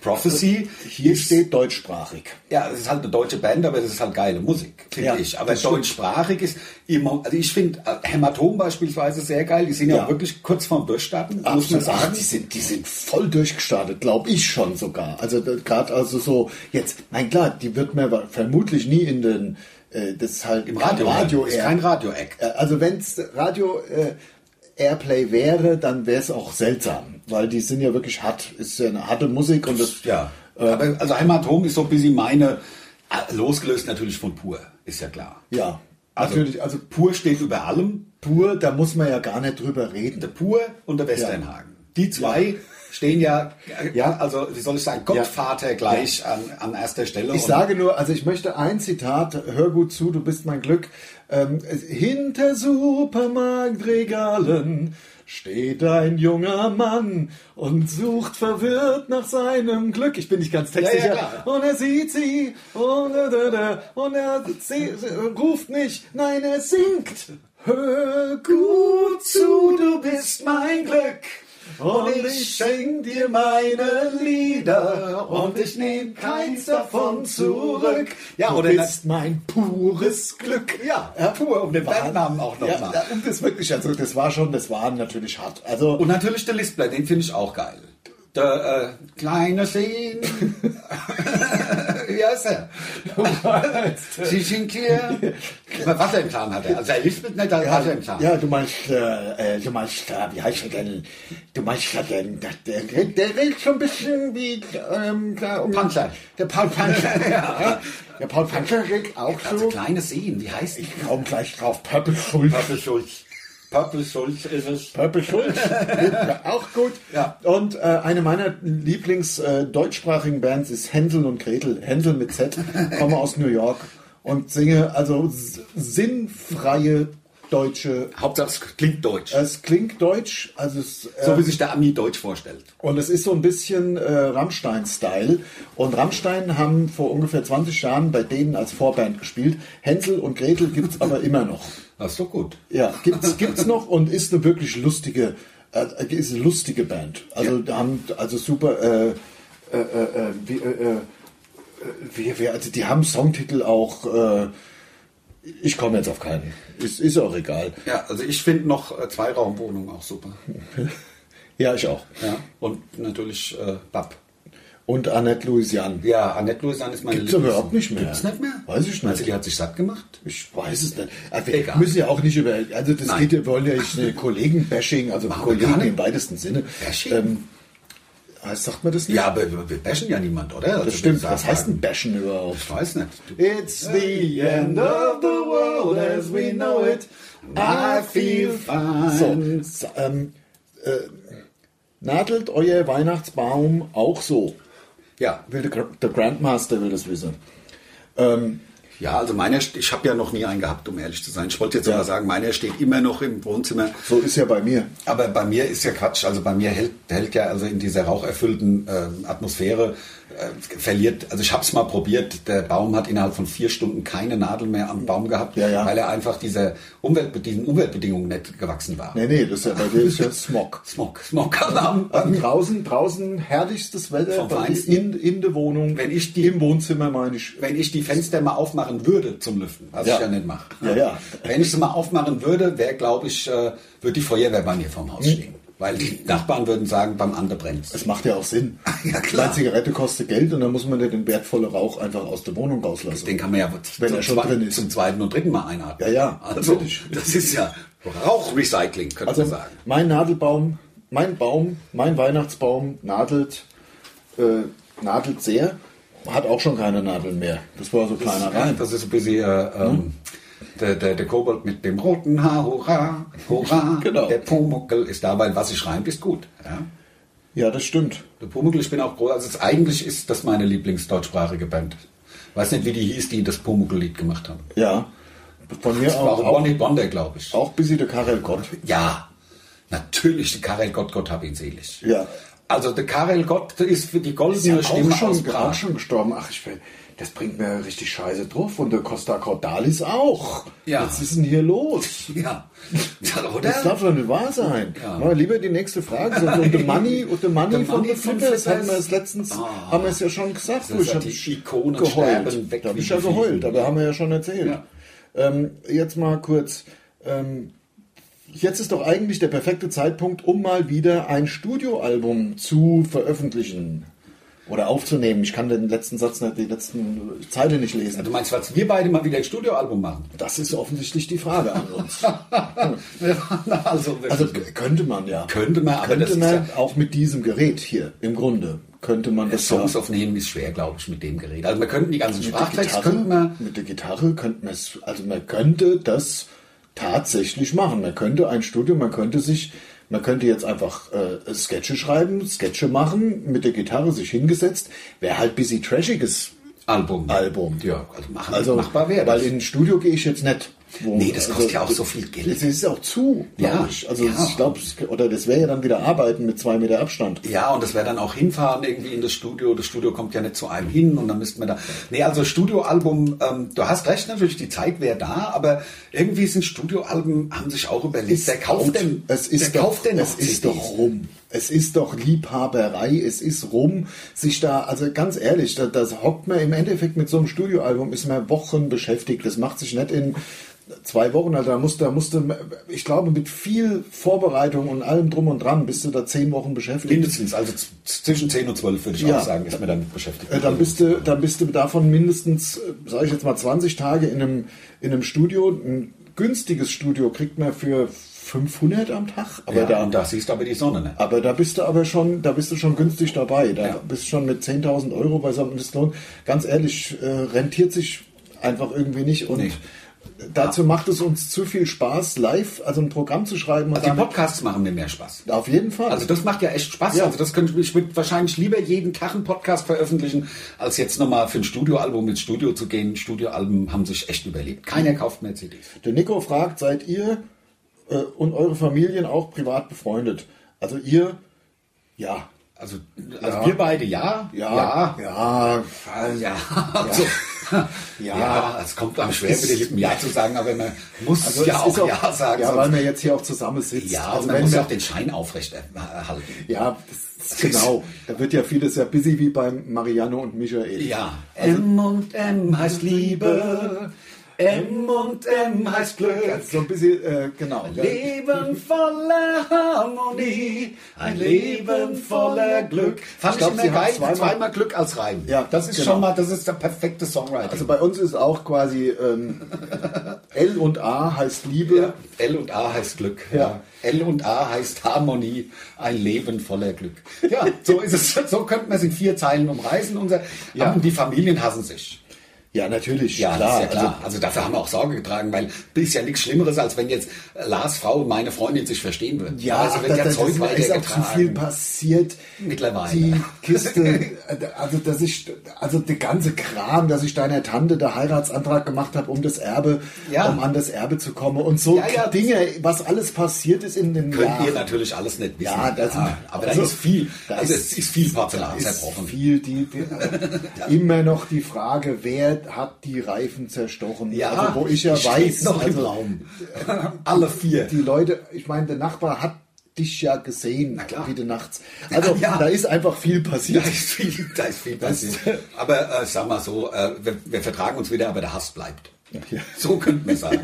S1: Äh,
S2: Prophecy.
S1: Hier
S2: ist-
S1: steht deutschsprachig.
S2: Ja, es ist halt eine deutsche Band, aber das ist halt geile Musik, finde
S1: Ja,
S2: ich. Aber
S1: das stimmt.
S2: deutschsprachig ist immer, also ich finde äh, Hämatom beispielsweise sehr geil. Die sind ja,
S1: Ja.
S2: auch wirklich kurz vorm Durchstarten, muss man
S1: Absolut. Ach,
S2: sagen.
S1: die sind, die sind voll durchgestartet, glaube ich schon sogar. Also gerade also so jetzt, nein klar, die wird mir wa- vermutlich nie in den äh, das ist halt
S2: Im Radio, Radio ist
S1: Air-
S2: kein Radio-Act.
S1: Äh, Also wenn's Radio äh, Airplay wäre, dann wäre es auch seltsam, weil die sind ja wirklich hart, ist ja eine harte Musik und das
S2: Ja,
S1: Äh.
S2: aber also Hämatom ist so ein bisschen meine, äh, losgelöst natürlich von Pur, ist ja klar.
S1: ja
S2: Also-
S1: natürlich, also
S2: Pur steht über allem,
S1: pur, da muss man ja gar nicht drüber reden.
S2: der Pur und der Westernhagen. Die zwei stehen ja, äh,
S1: Ja.
S2: also wie soll ich sagen, Gottvater gleich an, an erster Stelle.
S1: Ich
S2: und-
S1: sage nur, also ich möchte ein Zitat, hör gut zu, du bist mein Glück. Ähm, hinter Supermarktregalen steht ein junger Mann und sucht verwirrt nach seinem Glück. Ich bin nicht ganz textsicher.
S2: Ja, ja, klar.
S1: und er sieht sie und, da, da, da, und er sie, ruft nicht, nein, er singt. Hör gut zu, du bist mein Glück. Und ich schenk dir meine Lieder und ich nehm keins davon zurück.
S2: Ja,
S1: du
S2: oder
S1: bist mein pures Glück. Äh,
S2: Ja.
S1: pur. Und den
S2: Wahn.
S1: Bandnamen auch
S2: Ja,
S1: nochmal.
S2: ja,
S1: und das wirklich, also das war schon, das war natürlich hart. Also
S2: Und natürlich der Lispler, den finde ich auch geil. Der äh, kleine Seen. Wie heißt er? Sie sind hier. Wasser im Zahn hat er. Also er lispelt nicht, er hat Wasser im Zahn.
S1: Ja, du meinst, äh, äh, du meinst, äh, wie heißt er denn? Du meinst er denn, der, der, redet- der redet schon ein bisschen wie ähm, da um-
S2: Panzer.
S1: Der Paul Panzer, ja. Der Paul Panzer redet auch
S2: Also
S1: so.
S2: kleine Seen, wie heißt die?
S1: Ich komm gleich drauf, Purple Schulz.
S2: Purple Schulz. Purple Schulz ist es.
S1: Purple Schulz, auch gut.
S2: Ja.
S1: Und äh, eine meiner Lieblings-deutschsprachigen Bands ist Hänsel und Gretel. Hänsel mit Z, komme aus New York und singe also s- sinnfreie deutsche.
S2: Hauptsache es klingt deutsch.
S1: Es klingt deutsch, also es, äh,
S2: so wie sich der Ami deutsch vorstellt.
S1: und es ist so ein bisschen äh, Rammstein-Style. Und Rammstein haben vor ungefähr 20 Jahren bei denen als Vorband gespielt. Hänsel und Gretel gibt's aber immer noch.
S2: Das ist doch gut.
S1: Ja, gibt's, gibt's noch und ist eine wirklich lustige, äh, ist eine lustige Band. Also da haben also super, äh, äh, äh, äh, wie, äh, äh, wie, wie, also die haben Songtitel auch. Äh, ich komme jetzt auf keinen. Ist, ist auch egal.
S2: Ja, also ich finde noch äh, Zweiraumwohnung auch super.
S1: Ja, ich auch.
S2: Ja. Und natürlich äh, Bab.
S1: Und Annette Louisiane.
S2: Ja, Annette Louisanne ist meine
S1: Gibt's aber überhaupt nicht mehr.
S2: Gibt's nicht mehr?
S1: Weiß ich nicht.
S2: Also die hat sich satt gemacht.
S1: Ich weiß es nicht. Aber wir
S2: Egal.
S1: müssen ja auch nicht über. Also, das
S2: Nein.
S1: geht ja, wir wollen ja nicht eine Kollegen-Bashing, also
S2: Machen wir gar
S1: Kollegen
S2: nicht.
S1: im weitesten Sinne.
S2: Bashing?
S1: Ähm, heißt, sagt man das nicht?
S2: Ja, aber wir, wir bashen ja niemand, oder? Also
S1: das stimmt.
S2: wir
S1: Was
S2: sagen-
S1: heißt denn Bashen überhaupt?
S2: Ich weiß nicht. Du-
S1: It's the end of the world as we know it. I feel fine. So, ähm, äh, nadelt euer Weihnachtsbaum auch so?
S2: Ja.
S1: Will der, Gr- der Grandmaster will das wissen. Ähm,
S2: Ja, also meiner, st- ich habe ja noch nie einen gehabt, um ehrlich zu sein. Ich wollte jetzt sogar sagen, meiner steht immer noch im Wohnzimmer.
S1: So ist ja bei mir.
S2: Aber bei mir ist ja Quatsch. Also bei mir hält, hält ja also in dieser raucherfüllten ähm, Atmosphäre äh, verliert. Also ich habe es mal probiert. Der Baum hat innerhalb von vier Stunden keine Nadel mehr am Baum gehabt,
S1: Ja, ja.
S2: weil er einfach dieser Umwelt, diesen Umweltbedingungen nicht gewachsen war.
S1: Nee, nee, das ist ja bei dir ist ja Smog.
S2: Smog, Smog-Alarm.
S1: Also draußen, draußen herrlichstes Wetter,
S2: Vom
S1: bei mir
S2: Feinsten.
S1: in, in der Wohnung,
S2: Wenn ich die-
S1: im Wohnzimmer meine ich. äh,
S2: Wenn ich die Fenster mal aufmachen würde zum Lüften, was
S1: Ja.
S2: ich ja nicht mache.
S1: Ja, ja.
S2: Wenn ich sie mal aufmachen würde, wäre, glaube ich, äh, würde die Feuerwehr bei mir vorm
S1: Hm.
S2: Haus stehen. Weil die Nachbarn würden sagen, beim anderen brennt
S1: Das macht ja auch Sinn.
S2: Ja, klar.
S1: Weil Zigarette kostet Geld und dann muss man ja den wertvollen Rauch einfach aus der Wohnung rauslassen.
S2: Den kann man ja
S1: Wenn
S2: zum,
S1: er schon
S2: zwe-
S1: drin ist.
S2: zum zweiten und dritten Mal
S1: Ja,
S2: einatmen.
S1: ja,
S2: Also,
S1: natürlich.
S2: das ist ja Rauchrecycling, könnte
S1: Also
S2: man sagen.
S1: mein Nadelbaum, mein Baum, mein Weihnachtsbaum nadelt, äh, nadelt sehr, hat auch schon keine Nadeln mehr. Das war so kleiner
S2: Ja,
S1: rein.
S2: das ist ein bisschen äh,
S1: Hm?
S2: ähm, der, der, der Kobold mit dem roten Haar, hurra, hurra.
S1: Genau.
S2: Der Pumuckel ist dabei, was ich reimt, ist gut. Ja?
S1: Ja, das stimmt.
S2: Der Pumuckel, ich bin auch groß. Also, es- eigentlich ist das meine Lieblingsdeutschsprachige Band. Weiß nicht, wie die hieß, die das Pumuckel-Lied gemacht haben.
S1: Ja. Von mir
S2: Das war
S1: auch,
S2: auch
S1: auch,
S2: Bonnie Bonder, glaube ich.
S1: auch bis der Karel Gott.
S2: Ja, natürlich, der Karel Gott, Gott hab ihn selig.
S1: Ja.
S2: Also der Karel Gott ist für die goldene
S1: Ja,
S2: Stimme
S1: auch schon,
S2: aus
S1: auch
S2: Prag.
S1: schon gestorben. Ach, ich will, das bringt mir richtig Scheiße drauf. Und der Costa Cordalis auch.
S2: Ja.
S1: Was ist denn hier los?
S2: Ja, ja
S1: Das
S2: oder?
S1: darf doch nicht wahr sein.
S2: Ja.
S1: Mal lieber die nächste Frage. So, und der Money, und der Money
S2: The
S1: von
S2: Money
S1: den
S2: von
S1: Flippers
S2: Flippers.
S1: haben wir es letztens,
S2: Ah.
S1: haben wir es ja schon gesagt.
S2: Das
S1: Du,
S2: ist ja die
S1: hab
S2: Ikonen sterben weg
S1: Da habe
S2: wie
S1: ich ja
S2: die Fliegen.
S1: geheult, aber haben wir ja schon erzählt.
S2: Ja.
S1: Ähm, jetzt mal kurz. Ähm, jetzt ist doch eigentlich der perfekte Zeitpunkt, um mal wieder ein Studioalbum zu veröffentlichen. Oder aufzunehmen. Ich kann den letzten Satz nicht, die letzten Zeile nicht lesen.
S2: Du meinst, was wir beide mal wieder ein Studioalbum machen?
S1: Das ist offensichtlich die Frage an uns.
S2: also,
S1: Also k- könnte man ja.
S2: Könnte man, aber
S1: könnte
S2: das ist
S1: man auch mit diesem Gerät hier im Grunde könnte man das
S2: Songs
S1: ja.
S2: aufnehmen ist schwer, glaube ich, mit dem Gerät. Also wir könnten die ganzen
S1: Mit der,
S2: Sprachtext könnten
S1: Gitarre,
S2: wir.
S1: mit der Gitarre könnte man es, also man könnte das tatsächlich machen. Man könnte ein Studio, man könnte sich, man könnte jetzt einfach äh, Sketche schreiben, Sketche machen, mit der Gitarre sich hingesetzt, wäre halt busy trashiges
S2: Album.
S1: Album.
S2: Ja, also, machen,
S1: Also
S2: machbar wäre
S1: Weil
S2: das.
S1: in ein Studio gehe ich jetzt nicht. Wo-
S2: Nee, das kostet
S1: also,
S2: ja auch so viel Geld.
S1: Es ist auch zu, glaub
S2: Ja,
S1: ich. Also
S2: ja.
S1: ich glaube, oder das wäre ja dann wieder Arbeiten mit zwei Meter Abstand.
S2: Ja, und das wäre dann auch hinfahren irgendwie in das Studio. Das Studio kommt ja nicht zu einem hin und dann müssten wir da. Nee, also Studioalbum, ähm, du hast recht natürlich, die Zeit wäre da, aber irgendwie sind Studioalben, haben sich auch überlegt, wer kauft
S1: Out.
S2: denn,
S1: es ist
S2: wer
S1: doch,
S2: kauft denn
S1: es
S2: noch
S1: ist
S2: CDs?
S1: doch rum. Es ist doch Liebhaberei, es ist rum, sich da, also ganz ehrlich, da, das hockt man im Endeffekt mit so einem Studioalbum, ist man Wochen beschäftigt. Das macht sich nicht in zwei Wochen, also da musste, da musste, ich glaube, mit viel Vorbereitung und allem drum und dran bist du da zehn Wochen beschäftigt.
S2: Mindestens, also z- zwischen 10 und 12 würde ich
S1: Ja.
S2: auch sagen, ist mir damit beschäftigt.
S1: Äh, Dann bist, du, dann bist du davon mindestens, sage ich jetzt mal, 20 Tage in einem, in einem Studio. Ein günstiges Studio kriegt man für 500 am Tag. Aber,
S2: ja,
S1: da,
S2: und da siehst du aber die Sonne, ne?
S1: aber da bist du aber schon, da bist du schon günstig dabei. Da
S2: Ja.
S1: bist du schon mit 10.000 Euro bei so einem Lohn. Ganz ehrlich, äh, rentiert sich einfach irgendwie nicht. Und
S2: Nee.
S1: dazu macht es uns zu viel Spaß, live also ein Programm zu schreiben. Und
S2: Also die
S1: damit,
S2: Podcasts machen mir mehr Spaß.
S1: auf jeden Fall.
S2: Also das macht ja echt Spaß.
S1: Ja.
S2: Also das könnte ich, ich würde wahrscheinlich lieber jeden Tag einen Podcast veröffentlichen, als jetzt nochmal für ein Studioalbum ins Studio zu gehen. Studioalben haben sich echt überlebt. Keiner kauft mehr CDs.
S1: Der Nico fragt, seid ihr äh, und eure Familien auch privat befreundet? Also ihr, ja,
S2: Also, also wir beide ja.
S1: ja,
S2: Ja.
S1: ja,
S2: Ja. Also,
S1: Ja.
S2: ja. es kommt einem schwer, mit den Lippen Ja zu sagen, aber man muss
S1: Also
S2: ja
S1: es
S2: auch
S1: ist
S2: Ja sagen.
S1: Ja,
S2: sonst-
S1: weil man jetzt hier auch zusammen sitzt.
S2: ja
S1: also
S2: und man muss ja
S1: wir-
S2: auch den Schein aufrechterhalten.
S1: ja, das ist genau. Da wird ja vieles ja busy wie beim Mariano und Michael.
S2: Ja. also M und M heißt Liebe. M und M heißt Glück.
S1: So ein bisschen, äh, genau. ja.
S2: Leben voller Harmonie, ein Leben voller Glück.
S1: Ich
S2: Fand ich,
S1: glaub,
S2: immer
S1: sie hat
S2: geil,
S1: zweimal-
S2: zweimal, Glück als Reim.
S1: Ja,
S2: das ist
S1: genau.
S2: schon mal, das ist der perfekte Songwriting.
S1: Also bei uns ist auch quasi ähm, L und A heißt Liebe.
S2: Ja, L und A heißt Glück.
S1: Ja.
S2: L und A heißt Harmonie, ein Leben voller Glück. Ja, so ist es. So könnten wir es in vier Zeilen umreißen. Unser,
S1: Ja.
S2: Aber die Familien hassen sich.
S1: Ja, natürlich.
S2: Ja, das ist ja klar.
S1: Also,
S2: Also, dafür haben wir auch Sorge getragen, weil ist ja nichts Schlimmeres, als wenn jetzt Lars Frau und meine Freundin sich verstehen würden.
S1: Ja,
S2: also
S1: da-
S2: wird ja
S1: da-
S2: Zeug
S1: da ist auch zu
S2: weitergetragen.
S1: viel passiert.
S2: Mittlerweile.
S1: Die Kiste, also dass ich, also der ganze Kram, dass ich deiner Tante der Heiratsantrag gemacht habe, um das Erbe,
S2: Ja.
S1: um an das Erbe zu kommen und so
S2: Ja, ja.
S1: Dinge, was alles passiert ist in den
S2: Könnt
S1: Jahren.
S2: ihr natürlich alles nicht wissen.
S1: Ja, das-
S2: aber
S1: also,
S2: da ist viel.
S1: da
S2: also
S1: ist-
S2: es ist viel Porzellan
S1: ist
S2: zerbrochen.
S1: viel die, die immer noch die Frage, wer hat die Reifen zerstochen? also, wo ich ja
S2: steht
S1: weiß,
S2: noch im
S1: also,
S2: Raum. Alle vier.
S1: die Leute, ich meine, der Nachbar hat dich ja gesehen,
S2: Na klar.
S1: wieder nachts. Also
S2: Ja.
S1: da ist einfach viel
S2: Da
S1: passiert.
S2: ist viel, da ist viel passiert. Aber äh, ich sag mal so, äh, wir, wir vertragen uns wieder, aber der Hass bleibt. So könnten wir sagen.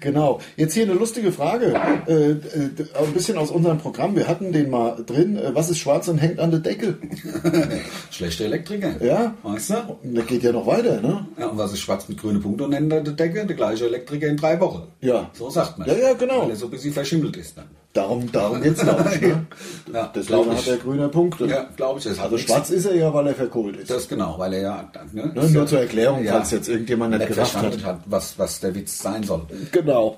S1: Genau. Jetzt hier eine lustige Frage, äh, äh, ein bisschen aus unserem Programm. Wir hatten den mal drin. Äh, Was ist schwarz und hängt an der Decke?
S2: Schlechte Elektriker.
S1: Ja.
S2: Weißt du?
S1: Und Das geht ja noch weiter, ne?
S2: Ja, und was ist schwarz mit grüne Punkte und nennt der Decke? Der gleiche Elektriker in drei Wochen.
S1: Ja.
S2: So sagt man.
S1: Ja, ja, genau.
S2: Weil er so ein bisschen verschimmelt ist dann.
S1: Darum, darum geht's glaube ich. Ne?
S2: Ja, glaub
S1: Deswegen
S2: ich.
S1: hat er grüne Punkte.
S2: Ja, glaube ich. Das hat
S1: Also
S2: nichts-
S1: schwarz ist er ja, weil er verkohlt ist.
S2: Das genau, weil er ja. Ne,
S1: Ne, nur zur Erklärung,
S2: Ja.
S1: falls jetzt irgendjemand nicht
S2: Nicht
S1: gerafft
S2: verstanden
S1: hat.
S2: hat, was, was der Witz sein soll.
S1: Genau.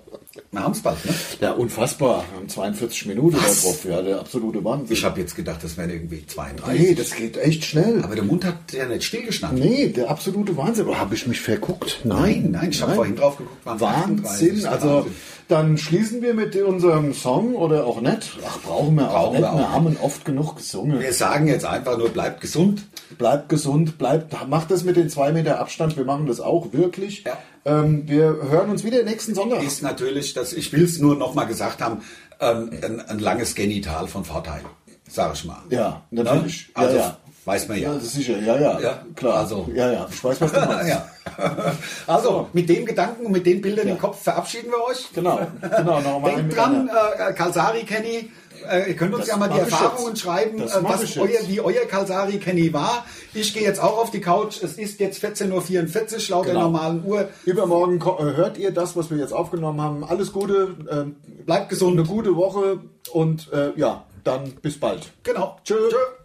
S2: Wir haben es bald, ne?
S1: Ja, unfassbar. Wir haben 42 Minuten
S2: Was?
S1: darauf. Ja, der absolute Wahnsinn.
S2: Ich habe jetzt gedacht, das wären irgendwie 32.
S1: nee, das geht echt schnell.
S2: Aber der Mund hat ja nicht stillgeschnappt.
S1: Nee, der absolute Wahnsinn. Oder habe ich mich verguckt?
S2: Nein, nein, ich habe vorhin drauf geguckt. waren
S1: Wahnsinn.
S2: 38.
S1: Also
S2: Wahnsinn.
S1: dann schließen wir mit unserem Song oder auch nicht. Ach, brauchen wir auch nicht.
S2: Brauchen wir
S1: Wir,
S2: auch
S1: haben ihn oft genug gesungen.
S2: Wir sagen jetzt einfach nur, bleibt gesund.
S1: Bleibt gesund, bleibt, macht das mit den zwei Meter Abstand. Wir machen das auch wirklich.
S2: Ja.
S1: Ähm, wir hören uns wieder nächsten Sonntag.
S2: Ist natürlich, dass ich will es nur noch mal gesagt haben, ähm, ein, ein langes Genital von Vorteil, sage ich mal.
S1: Ja, natürlich.
S2: Ne? Also
S1: Ja, ja.
S2: weiß man
S1: ja,
S2: ja.
S1: das ist sicher. Ja, ja,
S2: Ja,
S1: klar.
S2: also.
S1: Ja, ja. Ich weiß, was du meinst.
S2: ja. Also, mit dem Gedanken und mit den Bildern im Kopf verabschieden wir euch.
S1: Genau. Genau. Noch mal ein
S2: Denkt dran,
S1: Miteinander.
S2: äh, Kalsari Kenny, äh, ihr könnt uns
S1: Das
S2: ja mal die
S1: mach ich
S2: Erfahrungen
S1: jetzt.
S2: schreiben,
S1: Das
S2: äh,
S1: mach ich
S2: was
S1: jetzt.
S2: euer, wie euer Kalsari Kenny war. Ich gehe jetzt auch auf die Couch. Es ist jetzt 14.44 Uhr laut der
S1: Genau.
S2: normalen Uhr.
S1: Übermorgen ko- äh, hört ihr das, was wir jetzt aufgenommen haben. Alles Gute, ähm,
S2: Bleibt gesund.
S1: eine gute Woche und äh, ja, dann bis bald.
S2: Genau.
S1: Tschö.
S2: Tschö.